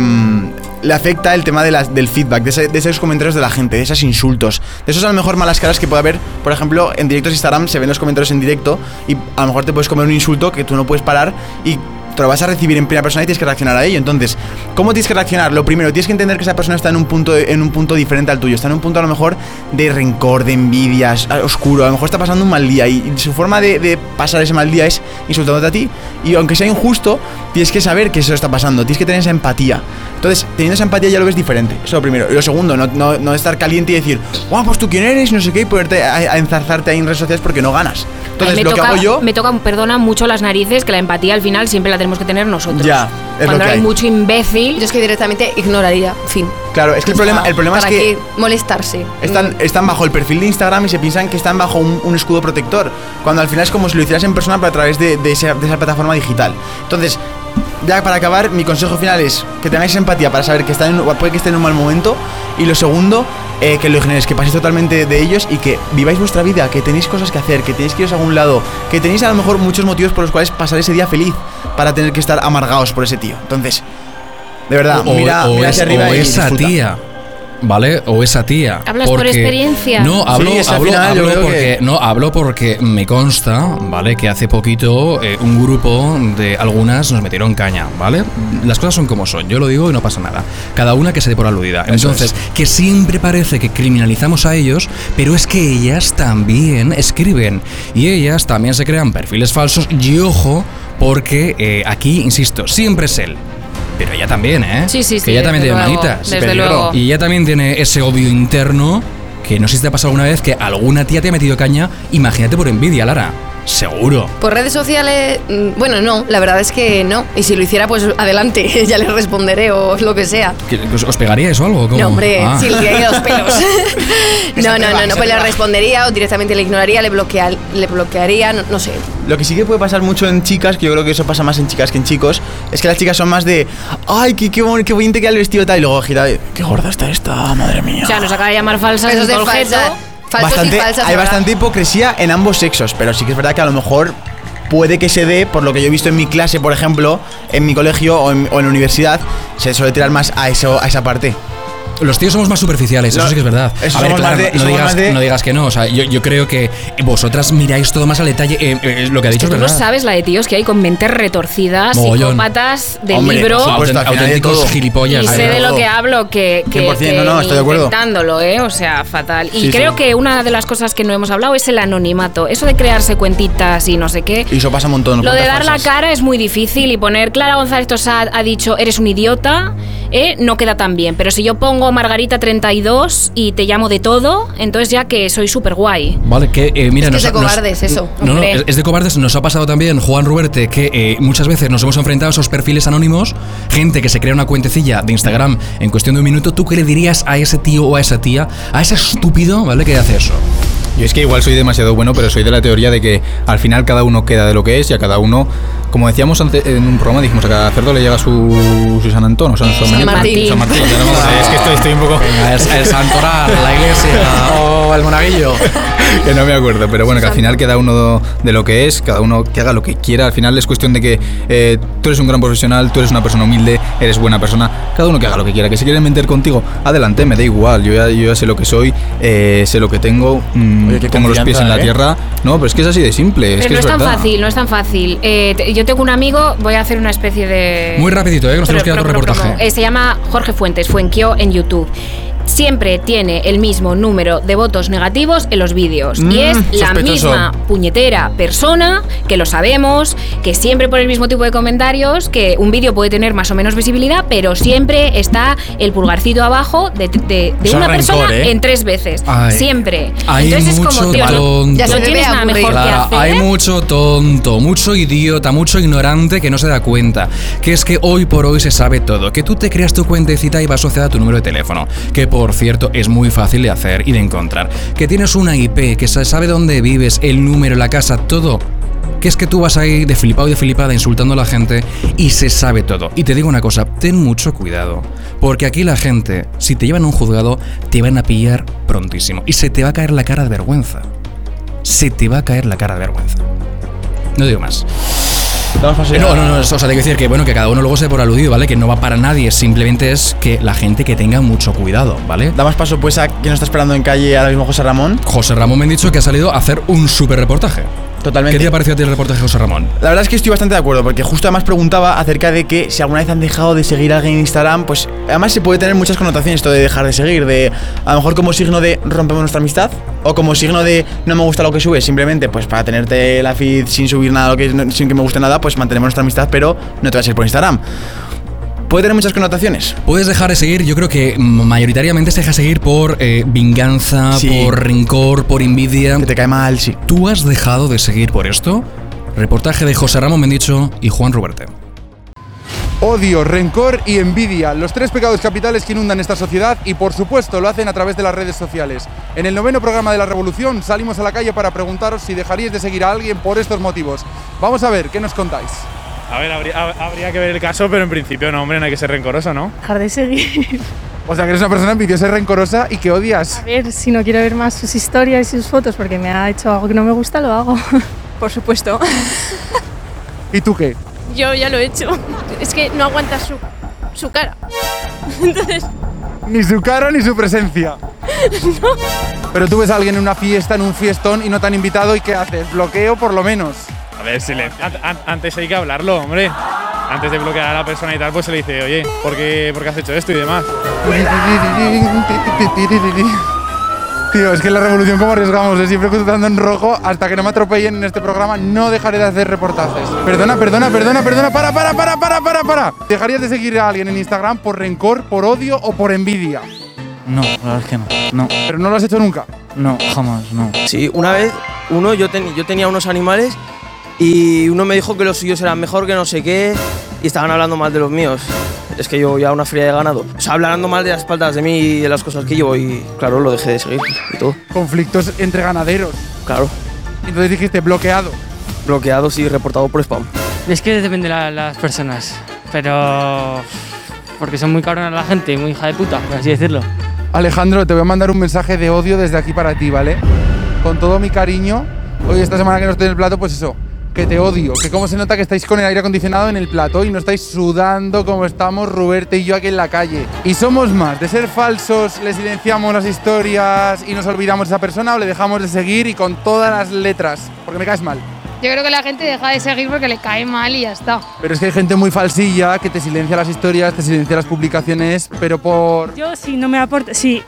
B: le afecta el tema de las- del feedback, de, ese- de esos comentarios de la gente, de esos insultos, de esos a lo mejor malas caras que puede haber. Por ejemplo, en directos de Instagram se ven los comentarios en directo y a lo mejor te puedes comer un insulto que tú no puedes parar y te lo vas a recibir en primera persona y tienes que reaccionar a ello. Entonces, ¿cómo tienes que reaccionar? Lo primero, tienes que entender que esa persona está en un punto, en un punto diferente al tuyo. Está en un punto a lo mejor de rencor, de envidias, a- oscuro. A lo mejor está pasando un mal día y y su forma de, de pasar ese mal día es insultándote a ti. Y aunque sea injusto, tienes que saber que eso está pasando. Tienes que tener esa empatía. Entonces, teniendo esa empatía ya lo ves diferente. Eso es lo primero. Y lo segundo, no, no- no estar caliente y decir, wow, pues tú quién eres, no sé qué, y ponerte a, a enzarzarte ahí en redes sociales porque no ganas. Entonces,
E: Ay, me
B: lo
E: toca,
B: que hago yo.
E: Me toca, perdona, mucho las narices, que la empatía al final siempre la tenemos que tener nosotros.
B: Ya, es
E: Cuando
B: lo que
E: hay
B: hay.
E: mucho imbécil.
D: Yo es que directamente ignoraría, fin.
B: Claro, es que el problema, el problema es
D: ¿Para
B: que.
D: qué Mm. molestarse?
B: Están, están bajo el perfil de Instagram y se piensan que están bajo un, un escudo protector, cuando al final es como si lo hicieras en persona, pero a través de, de esa, de esa plataforma digital. Entonces, ya para acabar, mi consejo final es que tengáis empatía para saber que están en, puede que estén en un mal momento. Y lo segundo, eh, que lo ignoréis, que paséis totalmente de ellos y que viváis vuestra vida, que tenéis cosas que hacer, que tenéis que iros a algún lado, que tenéis a lo mejor muchos motivos por los cuales pasar ese día feliz para tener que estar amargados por ese tío. Entonces, de verdad,
A: O-
B: mira,
A: o
B: mira
A: es-
B: hacia arriba
A: o
B: y
A: esa
B: disfruta.
A: tía. ¿Vale? O esa tía.
E: ¿Hablas por experiencia?
A: No, hablo,
B: Sí, es que al
A: hablo-
B: final yo
A: hablo
B: creo
A: porque,
B: que-
A: no, hablo porque me consta, ¿vale? Que hace poquito eh, un grupo de algunas nos metieron caña, ¿vale? Las cosas son como son, yo lo digo y no pasa nada. Cada una que se dé por aludida.
B: Eso
A: Entonces, que siempre parece que criminalizamos a ellos, pero es que ellas también escriben. Y ellas también se crean perfiles falsos. Y ojo, porque eh, aquí, insisto, siempre es él. Pero ella también, ¿eh?
E: Sí, sí, sí,
A: Que ella también
E: desde
A: tiene
E: luego,
A: manitas.
E: desde Peligro. luego.
A: Y ella también tiene ese odio interno que no sé si te ha pasado alguna vez que alguna tía te ha metido caña. Imagínate por envidia, Lara. Seguro.
D: Por redes sociales, mm, bueno, no, la verdad es que no. Y si lo hiciera, pues adelante, ya le responderé o lo que sea.
A: ¿Que- que ¿Os os pegaríais o algo? ¿Cómo?
D: No, hombre,
A: Ah.
D: sí, le tiraría los pelos. no, no,
B: prueba,
D: no,
B: esa
D: no, pues le
B: prueba.
D: respondería o directamente le ignoraría, le, bloquea, le bloquearía, no, no sé.
B: Lo que sí que puede pasar mucho en chicas, que yo creo que eso pasa más en chicas que en chicos, es que las chicas son más de, ay, qué, qué, bon- qué bonito queda el vestido tal, y luego gira, y, qué gorda está esta, madre mía.
E: O sea, nos acaba de llamar falsas
D: Eso es de
E: en Colgeto.
D: falsa. Falsos
B: Bastante-
D: y falsas.
B: hay
D: ¿verdad?
B: bastante hipocresía en ambos sexos, pero sí que es verdad que a lo mejor puede que se dé, por lo que yo he visto en mi clase, por ejemplo, en mi colegio o en, o en la universidad, se suele tirar más a, eso, a esa parte.
A: Los tíos somos más superficiales, eso
B: No,
A: sí que es verdad.
B: eso
A: A ver,
B: somos
A: claro,
B: más de-
A: no- no,
B: somos
A: digas,
B: más de-
A: no digas que no. O sea, yo, yo creo que vosotras miráis todo más al detalle. eh, eh, lo que ha
E: Es que
A: dicho es
E: tú no
A: verdad.
E: sabes la de tíos que hay con mentes retorcidas,
A: Mogollón.
E: psicópatas de
A: Hombre,
E: libro.
A: por supuesto,
B: Autent-
A: al final hay de
B: auténticos
A: todo.
E: Y sé de lo que hablo, que, que,
B: 100%,
E: que
B: no, no, estoy de acuerdo.
E: intentándolo, ¿eh? O sea, fatal. Y
B: Sí,
E: creo
B: sí.
E: que una de las cosas que no hemos hablado es el anonimato. Eso de crearse cuentitas y no sé qué.
B: Y eso pasa un montón.
E: Lo de
B: cuentas
E: dar
B: falsas.
E: la cara es muy difícil y poner Clara González Tosad ha dicho eres un idiota, eh, no queda tan bien. Pero si yo pongo Margarita 32 y te llamo de todo, entonces ya que soy súper guay.
A: Vale, que eh, mira,
E: Es que
A: nos-
E: es de
A: nos-
E: cobardes eso,
A: No, no,
E: hombre.
A: es es de cobardes. Nos ha pasado también, Juan Ruberte, que eh, muchas veces nos hemos enfrentado a esos perfiles anónimos, gente que se crea una cuentecilla de Instagram en cuestión de un minuto. ¿Tú qué le dirías a ese tío o a esa tía, a ese estúpido, ¿vale? Que hace eso.
C: Yo es que igual soy demasiado bueno, pero soy de la teoría de que al final cada uno queda de lo que es y a cada uno, como decíamos antes en un programa, dijimos a cada cerdo le llega su, su San Antón o San, San-
A: Eh, San Martín.
C: San Martín, ya no vamos a- es que estoy, estoy un poco.
A: Es el santoral, la iglesia o el monaguillo.
C: que no me acuerdo, pero bueno, que al final cada uno de lo que es, cada uno que haga lo que quiera. Al final es cuestión de que eh, tú eres un gran profesional, tú eres una persona humilde, eres buena persona. Cada uno que haga lo que quiera. Que si quieren meter contigo, adelante, me da igual. Yo ya, yo ya sé lo que soy, eh, sé lo que tengo, mm,
B: Oye, qué
C: tengo los pies en
B: confianza,
C: la
B: ¿eh?
C: tierra. No, pero es que es así de simple. es
E: Pero
C: que
E: no
C: es
E: es tan
C: verdad.
E: fácil, no es tan fácil. Eh, te- yo tengo un amigo, voy a hacer una especie de...
A: Muy rapidito, eh, que nos tenemos que ir a
E: Pro-
A: tu
E: pro- promo.
A: reportaje.
E: Eh, se llama Jorge Fuentes, Fuenquio en YouTube. Siempre tiene el mismo número de votos negativos en los vídeos. y es
P: Mm,
E: la
P: sospechoso.
E: misma puñetera persona, que lo sabemos, que siempre por el mismo tipo de comentarios, que un vídeo puede tener más o menos visibilidad, pero siempre está el pulgarcito abajo de, de- de
A: Eso
E: una
A: es rencor,
E: persona
A: ¿eh?
E: en tres veces.
A: Ay.
E: siempre.
A: Hay
E: Entonces
A: mucho
E: es como, tío,
A: tonto.
E: no, no tienes nada mejor
A: Claro,
E: que hacer.
A: Hay mucho tonto, mucho idiota, mucho ignorante que no se da cuenta. Que es que hoy por hoy se sabe todo. Que tú te creas tu cuentecita y va asociada a tu número de teléfono. Que por cierto es muy fácil de hacer y de encontrar. Que tienes una IP, que se sabe dónde vives, el número, la casa, todo. Que es que tú vas ahí de flipado y de flipada insultando a la gente y se sabe todo. Y te digo una cosa, ten mucho cuidado. Porque aquí la gente, si te llevan a un juzgado, te van a pillar prontísimo. Y se te va a caer la cara de vergüenza se te va a caer la cara de vergüenza. No digo más. Eh, No, no, no, o sea, tengo que decir que bueno, que cada uno luego se dé por aludido, ¿vale? Que no va para nadie, simplemente es que la gente que tenga mucho cuidado, ¿vale?
B: Damos paso pues a quien nos está esperando en calle ahora mismo José Ramón.
A: José Ramón me han dicho que ha salido a hacer un super reportaje.
B: Totalmente.
A: ¿Qué te ha parecido a ti el reportaje, José Ramón?
B: La verdad es que estoy bastante de acuerdo, porque justo además preguntaba acerca de que si alguna vez han dejado de seguir a alguien en Instagram, pues además se puede tener muchas connotaciones esto de dejar de seguir, de a lo mejor como signo de rompemos nuestra amistad, o como signo de no me gusta lo que subes, simplemente pues para tenerte la feed sin subir nada, lo que, sin que me guste nada, pues mantenemos nuestra amistad, pero no te vas a ir por Instagram. Puede tener muchas connotaciones.
A: Puedes dejar de seguir, yo creo que mayoritariamente se deja seguir por eh, vinganza,
B: Sí.
A: por rencor, por envidia. Que
B: te cae mal, sí.
A: ¿Tú has dejado de seguir por esto? Reportaje de José Ramón Mendicho y Juan Ruberte.
Q: Odio, rencor y envidia, los tres pecados capitales que inundan esta sociedad y por supuesto lo hacen a través de las redes sociales. En el noveno programa de la Revolución salimos a la calle para preguntaros si dejaríais de seguir a alguien por estos motivos. Vamos a ver, ¿qué nos contáis?
R: A ver, habría, habría que ver el caso, pero en principio no, hombre, no hay que ser rencoroso, ¿no?
K: Dejar de seguir.
Q: O sea, que eres una persona envidiosa y rencorosa y que odias.
K: A ver, si no quiero ver más sus historias y sus fotos porque me ha hecho algo que no me gusta, lo hago. Por supuesto.
Q: ¿Y tú qué?
S: Yo ya lo he hecho. Es que no aguanta su, su cara. Entonces,
Q: Ni su cara ni su presencia. Pero tú ves a alguien en una fiesta, en un fiestón y no te han invitado y ¿qué haces? Bloqueo por lo menos.
R: A ver, si le- an- an- antes hay que hablarlo, hombre. Antes de bloquear a la persona y tal, pues se le dice, oye, ¿por qué, por qué has hecho esto y demás?
Q: Tío, es que la revolución como arriesgamos, es siempre cruzando en rojo hasta que no me atropellen en este programa, no dejaré de hacer reportajes. Perdona, perdona, perdona, perdona, para, para, para, para, para, para. ¿Dejarías de seguir a alguien en Instagram por rencor, por odio o por envidia?
T: No, la verdad es que no. No,
Q: Pero no lo has hecho nunca.
T: no, jamás, no.
P: Sí, una vez, uno, yo, ten- yo tenía unos animales y uno me dijo que los suyos eran mejor que no sé qué y estaban hablando mal de los míos. Es que yo ya una feria de ganado. O sea, hablando mal de las espaldas de mí y de las cosas que llevo y claro, lo dejé de seguir y todo.
Q: Conflictos entre ganaderos.
P: Claro,
Q: Entonces dijiste bloqueado.
P: bloqueados y reportado por spam.
T: Es que depende de las personas, pero. Porque son muy cabronas la gente, y muy hija de puta, por así decirlo.
Q: Alejandro, te voy a mandar un mensaje de odio desde aquí para ti, ¿vale? Con todo mi cariño. Hoy, esta semana que no estoy en el plato, pues eso, que te odio. Que cómo se nota que estáis con el aire acondicionado en el plato y no estáis sudando como estamos Ruberte y yo aquí en la calle. Y somos más, de ser falsos, le silenciamos las historias y nos olvidamos de esa persona o le dejamos de seguir y con todas las letras, porque me caes mal.
U: Yo creo que la gente deja de seguir porque le cae mal y ya está.
Q: Pero es que hay gente muy falsilla que te silencia las historias, te silencia las publicaciones, pero por
V: Yo si no me aporta, si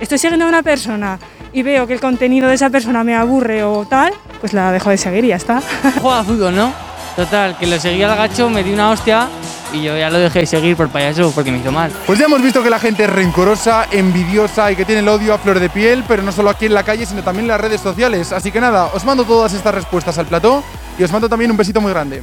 V: estoy siguiendo a una persona y veo que el contenido de esa persona me aburre o tal, pues la dejo de seguir y ya está.
T: Juega a fútbol, ¿no? Total, que lo seguí al gacho, me di una hostia Y yo ya lo dejé de seguir por payaso porque me hizo mal.
Q: Pues ya hemos visto que la gente es rencorosa, envidiosa y que tiene el odio a flor de piel, pero no solo aquí en la calle, sino también en las redes sociales. Así que nada, os mando todas estas respuestas al plató y os mando también un besito muy grande.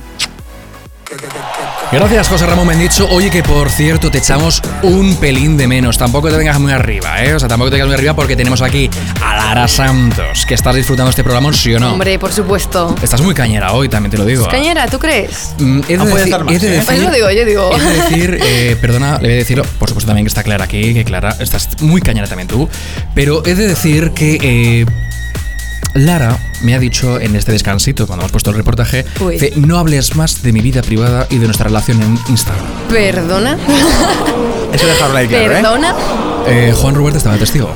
A: Gracias, José Ramón Mendicho. Oye, que por cierto, te echamos un pelín de menos. Tampoco te vengas muy arriba, ¿eh? O sea, tampoco te vengas muy arriba porque tenemos aquí a Lara Santos, que estás disfrutando este programa, ¿sí o no?
D: Hombre, por supuesto.
A: Estás muy cañera hoy, también te lo digo.
D: Cañera, ¿tú crees?
A: Mm, he de
D: puede
A: decir-
D: estar más,
A: he de
D: ¿eh? Pues yo digo, yo digo.
A: he de decir, eh, perdona, le voy a decirlo, por supuesto también que está Clara aquí, que Clara, estás muy cañera también tú, pero he de decir que eh, Lara me ha dicho en este descansito, cuando hemos puesto el reportaje,
D: Uy.
A: que no hables más de mi vida privada y de nuestra relación en Instagram.
D: Perdona.
A: Eso dejarlo ahí ¿eh?
D: Perdona.
A: Juan Roberto estaba testigo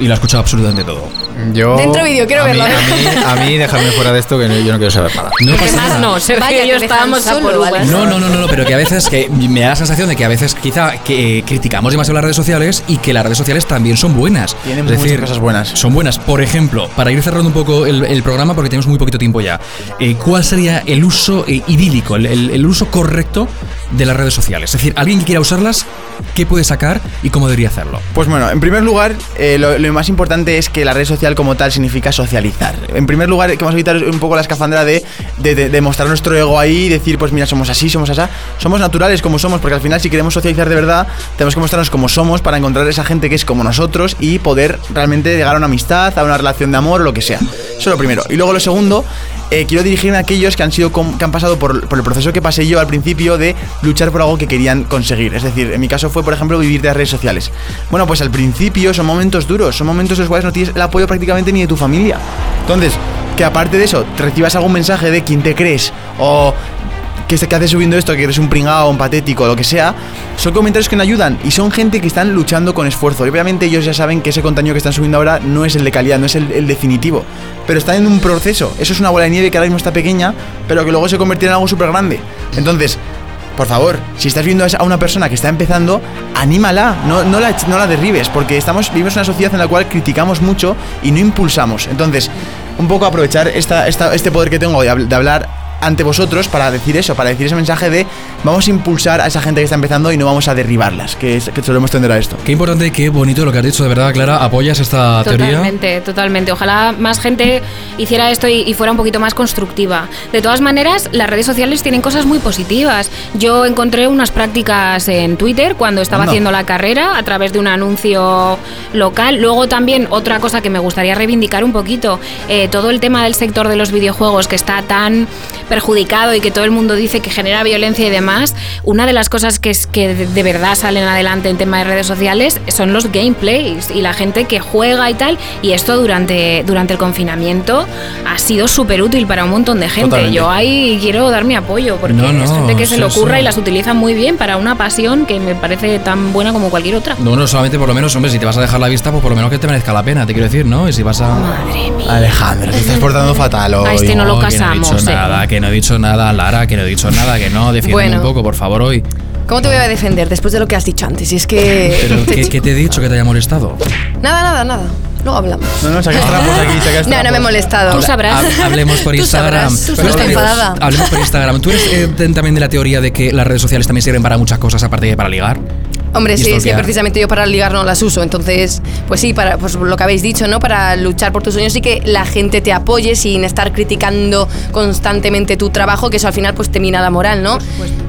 A: y lo ha escuchado absolutamente todo.
C: Yo,
D: Dentro vídeo, quiero
C: a mí-
D: verlo.
C: a mí, a mí dejarme fuera de esto que no- yo no quiero saber nada.
A: No pasa
E: Además,
A: nada.
E: no, Sergio
D: Vaya,
E: y yo
D: te dejan
E: estábamos a
D: solo,
E: por
D: ¿vale?
E: uvas.
A: No, no, no, no, no, pero que a veces que me da la sensación de que a veces quizá que eh, criticamos demasiado las redes sociales y que las redes sociales también son buenas.
B: Tienen
A: Es
B: muchas
A: decir,
B: cosas buenas.
A: Son buenas. Por ejemplo, para ir cerrando un poco el, el programa porque tenemos muy poquito tiempo ya, eh, ¿cuál sería el uso eh, idílico, el, el- el uso correcto de las redes sociales? Es decir, alguien que quiera usarlas, ¿qué puede sacar y cómo debería hacerlo?
B: Pues bueno, en primer lugar, eh, lo, lo más importante es que la red social como tal significa socializar. En primer lugar, que vamos a evitar un poco la escafandra de, de, de- de mostrar nuestro ego ahí y decir, pues mira, somos así, somos asá. Somos naturales como somos, porque al final si queremos socializar de verdad, tenemos que mostrarnos como somos para encontrar esa gente que es como nosotros y poder realmente llegar a una amistad, a una relación de amor o lo que sea. Eso es lo primero. Y luego lo segundo, eh, quiero dirigirme a aquellos que han sido com- que han pasado por, por el proceso que pasé yo al principio de luchar por algo que querían conseguir. Es decir, en mi caso fue, por ejemplo, vivir de las redes sociales. Bueno, pues al principio son momentos duros, son momentos en los cuales no tienes el apoyo prácticamente ni de tu familia. Entonces, que aparte de eso, te recibas algún mensaje de quién te crees o que, este- que haces subiendo esto, que eres un pringao, un patético, lo que sea, son comentarios que no ayudan y son gente que están luchando con esfuerzo. Y obviamente ellos ya saben que ese contenido que están subiendo ahora no es el de calidad, no es el, el definitivo, pero están en un proceso. Eso es una bola de nieve que ahora mismo está pequeña, pero que luego se convertirá en algo súper grande. Entonces, por favor, si estás viendo a esa- a una persona que está empezando, anímala, no, no, la, no la derribes, porque estamos, vivimos en una sociedad en la cual criticamos mucho y no impulsamos. Entonces, un poco aprovechar esta, esta- este poder que tengo de, habl- de hablar ante vosotros para decir eso, para decir ese mensaje de vamos a impulsar a esa gente que está empezando y no vamos a derribarlas, que, es, que solemos tender a esto.
A: Qué importante, qué bonito lo que has dicho, de verdad, Clara. ¿Apoyas esta teoría?
E: Totalmente, totalmente. Ojalá más gente hiciera esto y, y fuera un poquito más constructiva. De todas maneras, las redes sociales tienen cosas muy positivas. Yo encontré unas prácticas en Twitter cuando estaba
G: Anda.
E: haciendo la carrera a través de un anuncio local. Luego también otra cosa que me gustaría reivindicar un poquito, eh, todo el tema del sector de los videojuegos que está tan perjudicado y que todo el mundo dice que genera violencia y demás, una de las cosas que, es, que de- de verdad salen adelante en tema de redes sociales son los gameplays y la gente que juega y tal. Y esto durante, durante el confinamiento ha sido súper útil para un montón de gente.
A: Totalmente.
E: Yo ahí quiero dar mi apoyo porque
A: No, no,
E: es gente que se le
A: sí,
E: ocurra
A: sí.
E: y las utiliza muy bien para una pasión que me parece tan buena como cualquier otra.
A: No, no, solamente por lo menos, hombre, si te vas a dejar la vista, pues por lo menos que te merezca la pena, te quiero decir, ¿no? Y si vas a. Madre
B: mía. Alejandro, te estás portando fatal hoy.
E: A este no lo
A: Que no he
E: casamos,
A: dicho
E: eh.
A: nada, que no he dicho nada, Lara, que no he dicho nada, que no, defiéndeme
D: Bueno.
A: un poco, por favor, hoy.
D: ¿Cómo te voy a defender después de lo que has dicho antes? Si es que.
A: Pero, ¿qué, qué te he dicho que te haya molestado? Ah.
D: Nada, nada, nada. Luego hablamos.
B: No, no, sacas trapos aquí, sacas
D: No, no me he molestado.
A: pues, Habla- hab- Hablemos por Instagram.
D: sabrás, tú
A: eres
D: sabrás.
A: de-
D: Enfadada.
A: Hablemos por Instagram. ¿Tú eres eh, de- también de la teoría de que las redes sociales también sirven para muchas cosas aparte de para ligar?
D: Hombre,
A: Y
D: sí, es que
A: stalkear.
D: precisamente yo para ligar no las uso. Entonces, pues sí, para pues lo que habéis dicho, ¿no? Para luchar por tus sueños y que la gente te apoye sin estar criticando constantemente tu trabajo, que eso al final pues te mina la moral, ¿no?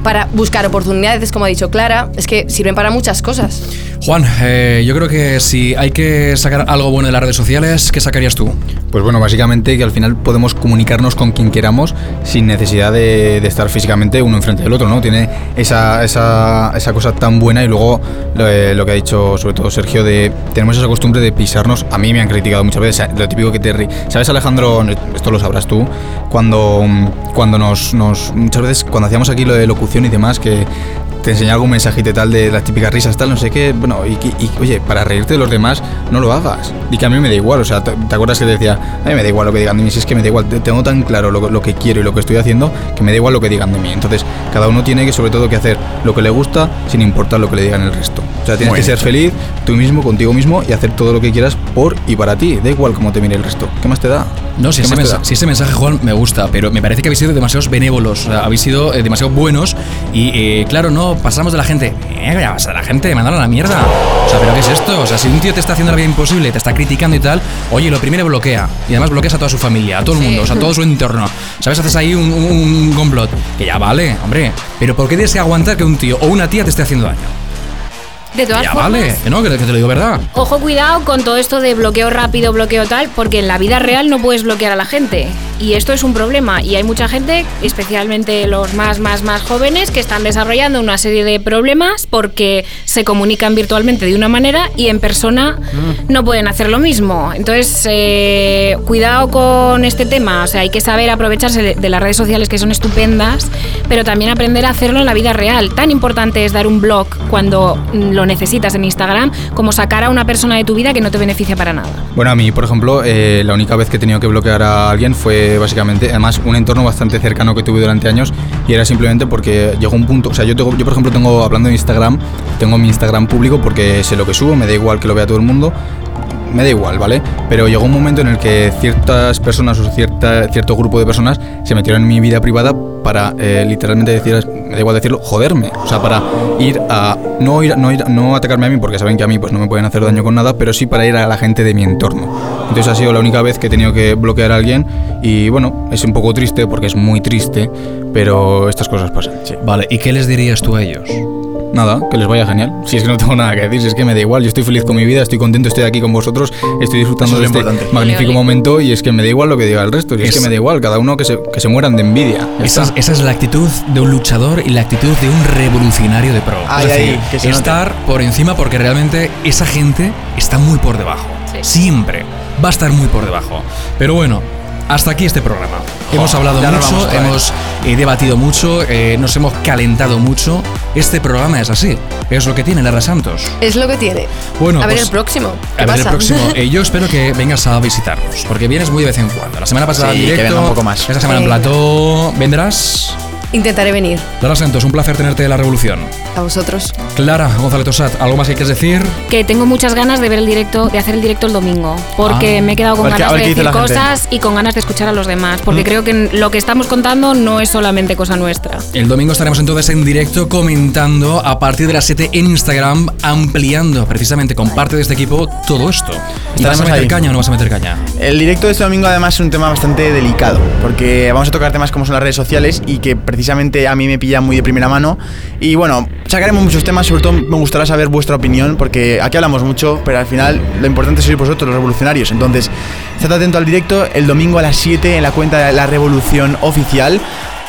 D: Para buscar oportunidades, como ha dicho Clara, es que sirven para muchas cosas.
A: Juan, eh, yo creo que si hay que sacar algo bueno de las redes sociales, ¿qué sacarías tú?
C: Pues bueno, básicamente que al final podemos comunicarnos con quien queramos sin necesidad de, de estar físicamente uno enfrente del otro, ¿no? Tiene esa, esa, esa cosa tan buena y luego lo, eh, lo que ha dicho sobre todo Sergio de tenemos esa costumbre de pisarnos. A mí me han criticado muchas veces, eh, lo típico que te ri- ¿Sabes Alejandro? Esto lo sabrás tú. mm, Cuando, cuando nos, nos... Muchas veces cuando hacíamos aquí lo de locución y demás que... te enseña algún mensajito y tal de las típicas risas, tal, no sé qué. Bueno, y, que- y, oye, para reírte de los demás, no lo hagas. Y que a mí me da igual, o sea, ¿te, te acuerdas que te decía, a mí me da igual lo que digan de mí? Si es que me da igual, te- tengo tan claro lo, lo que quiero y lo que estoy haciendo que me da igual lo que digan de mí. Entonces, cada uno tiene que, sobre todo, que hacer lo que le gusta sin importar lo que le digan el resto. O sea, tienes
B: Muy
C: que ser
B: bien.
C: feliz tú mismo, contigo mismo y hacer todo lo que quieras por y para ti. Da igual cómo te mire el resto. ¿Qué más te da?
A: No, si
C: ¿Qué
A: ese,
C: más te
A: mensa-
C: da?
A: si ese mensaje, Juan, me gusta, pero me parece que habéis sido demasiados benévolos, o sea, habéis sido eh, demasiado buenos y, eh, claro, no, pasamos de la gente. Eh, ya pasa de la gente, mandaron a la mierda. O sea, ¿pero qué es esto? O sea, si un tío te está haciendo la vida imposible, te está criticando y tal, oye, lo primero bloquea. Y además bloqueas a toda su familia, a todo el mundo, o sea, a todo su entorno. ¿Sabes? Haces ahí un, un- un complot. Que ya vale, hombre. Pero ¿por qué tienes que aguantar que un tío o una tía te esté haciendo daño?
E: De todas
A: Ya
E: formas,
A: vale, que no, que, que te lo digo verdad.
E: Ojo, cuidado con todo esto de bloqueo rápido, bloqueo tal, porque en la vida real no puedes bloquear a la gente. Y esto es un problema. Y hay mucha gente, especialmente los más, más, más jóvenes, que están desarrollando una serie de problemas porque se comunican virtualmente de una manera y en persona no pueden hacer lo mismo. Entonces, eh, cuidado con este tema. O sea, hay que saber aprovecharse de, de las redes sociales que son estupendas, pero también aprender a hacerlo en la vida real. Tan importante es dar un blog cuando mm, lo necesitas en Instagram como sacar a una persona de tu vida que no te beneficia para nada.
C: Bueno, a mí, por ejemplo, eh, la única vez que he tenido que bloquear a alguien fue básicamente, además, un entorno bastante cercano que tuve durante años y era simplemente porque llegó un punto, o sea, yo, tengo, yo por ejemplo tengo, hablando de Instagram, tengo mi Instagram público porque sé lo que subo, me da igual que lo vea todo el mundo, me da igual, ¿vale? Pero llegó un momento en el que ciertas personas o cierta, cierto grupo de personas se metieron en mi vida privada para eh, literalmente decir, me da igual decirlo, joderme. O sea, para ir a. No ir, no ir no atacarme a mí, porque saben que a mí pues no me pueden hacer daño con nada, pero sí para ir a la gente de mi entorno. Entonces ha sido la única vez que he tenido que bloquear a alguien. Y bueno, es un poco triste porque es muy triste, pero estas cosas pasan.
A: Vale, ¿y qué les dirías tú a ellos?
C: Nada, que les vaya genial. Si es que no tengo nada que decir, si es que me da igual. Yo estoy feliz con mi vida, estoy contento, estoy aquí con vosotros, estoy disfrutando
B: Eso
C: de
B: es
C: este
B: lo importante.
C: magnífico
B: Ole, ole.
C: momento y es que me da igual lo que diga el resto. Y es,
A: Es-
C: que me da igual, cada uno que se, que se mueran de envidia. Ya
A: Esa es,
C: está.
A: esa es la actitud de un luchador y la actitud de un revolucionario de pro.
C: Ay,
A: es
C: ay,
A: decir,
C: que se note.
A: estar por encima porque realmente esa gente está muy por debajo. Siempre va a estar muy por debajo. Pero bueno, hasta aquí este programa. hemos
B: Jo,
A: hablado
B: ya nos vamos
A: mucho,
B: otra vez.
A: hemos eh, debatido mucho, eh, nos hemos calentado mucho. Este programa es así. Es lo que tiene Lara Santos.
D: Es lo que tiene.
A: Bueno,
D: a ver
A: pues,
D: el próximo. ¿Qué
A: A ver, el
D: pasa?
A: próximo. Eh, yo espero que vengas a visitarnos, porque vienes muy de vez en cuando. La semana pasada
B: Sí,
A: en
B: que
A: directo,
B: venga un poco más.
A: Esta semana en
D: Venga.
A: plató. ¿Vendrás?
D: Intentaré venir
A: Lara Santos, un placer tenerte de la revolución.
D: a vosotros.
A: Clara González Tosat, ¿algo más que quieras decir?
E: Que tengo muchas ganas de ver el directo, de hacer el directo el domingo, porque
A: Ah.
E: me he quedado con
A: A ver qué- a
E: ganas
A: ver
E: de
A: qué dice
E: decir
A: la gente. Mm.
E: cosas y con ganas de escuchar a los demás, porque creo que lo que estamos contando no es solamente cosa nuestra.
A: El domingo estaremos entonces en directo comentando a partir de las 7 en Instagram, ampliando precisamente con parte de este equipo todo esto. ¿Y ¿Vas
B: Estaremos
A: a meter
B: ahí.
A: caña o no vas a meter caña?
B: El directo de este domingo además es un tema bastante delicado, porque vamos a tocar temas como son las redes sociales y que precisamente a mí me pilla muy de primera mano. Y bueno, sacaremos muchos temas, sobre todo me gustará saber vuestra opinión, porque aquí hablamos mucho, pero al final lo importante sois vosotros, los revolucionarios. Entonces, estad atento al directo el domingo a las 7 en la cuenta de La Revolución Oficial.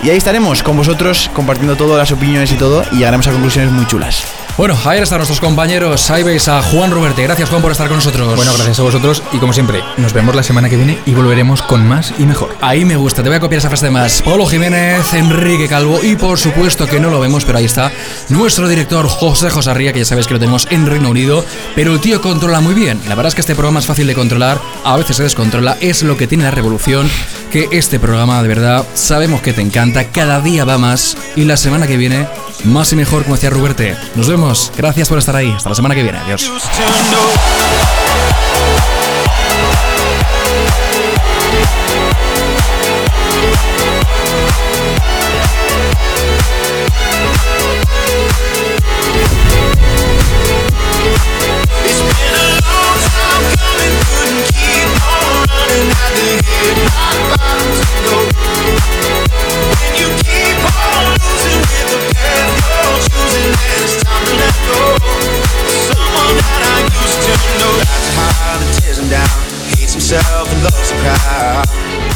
B: Y ahí estaremos con vosotros compartiendo todas las opiniones y todo y llegaremos a conclusiones muy chulas.
A: Bueno, ahí están nuestros compañeros. Ahí veis a Juan Ruberte. Gracias, Juan, por estar con nosotros.
C: Bueno, gracias a vosotros y como siempre, nos vemos la semana que viene y volveremos con más y mejor.
A: Ahí me gusta, te voy a copiar esa frase de más. Pablo Jiménez, Enrique Calvo y por supuesto que no lo vemos, pero ahí está nuestro director José Josarría, que ya sabéis que lo tenemos en Reino Unido, pero el tío controla muy bien. La verdad es que este programa es fácil de controlar, a veces se descontrola, es lo que tiene la revolución, que este programa de verdad sabemos que te encanta, cada día va más y la semana que viene más y mejor, como decía Ruberte. Nos vemos, gracias por estar ahí, hasta la semana que viene, adiós.
N: Someone that I used to know That's how that tears him down Hates himself and loves a crowd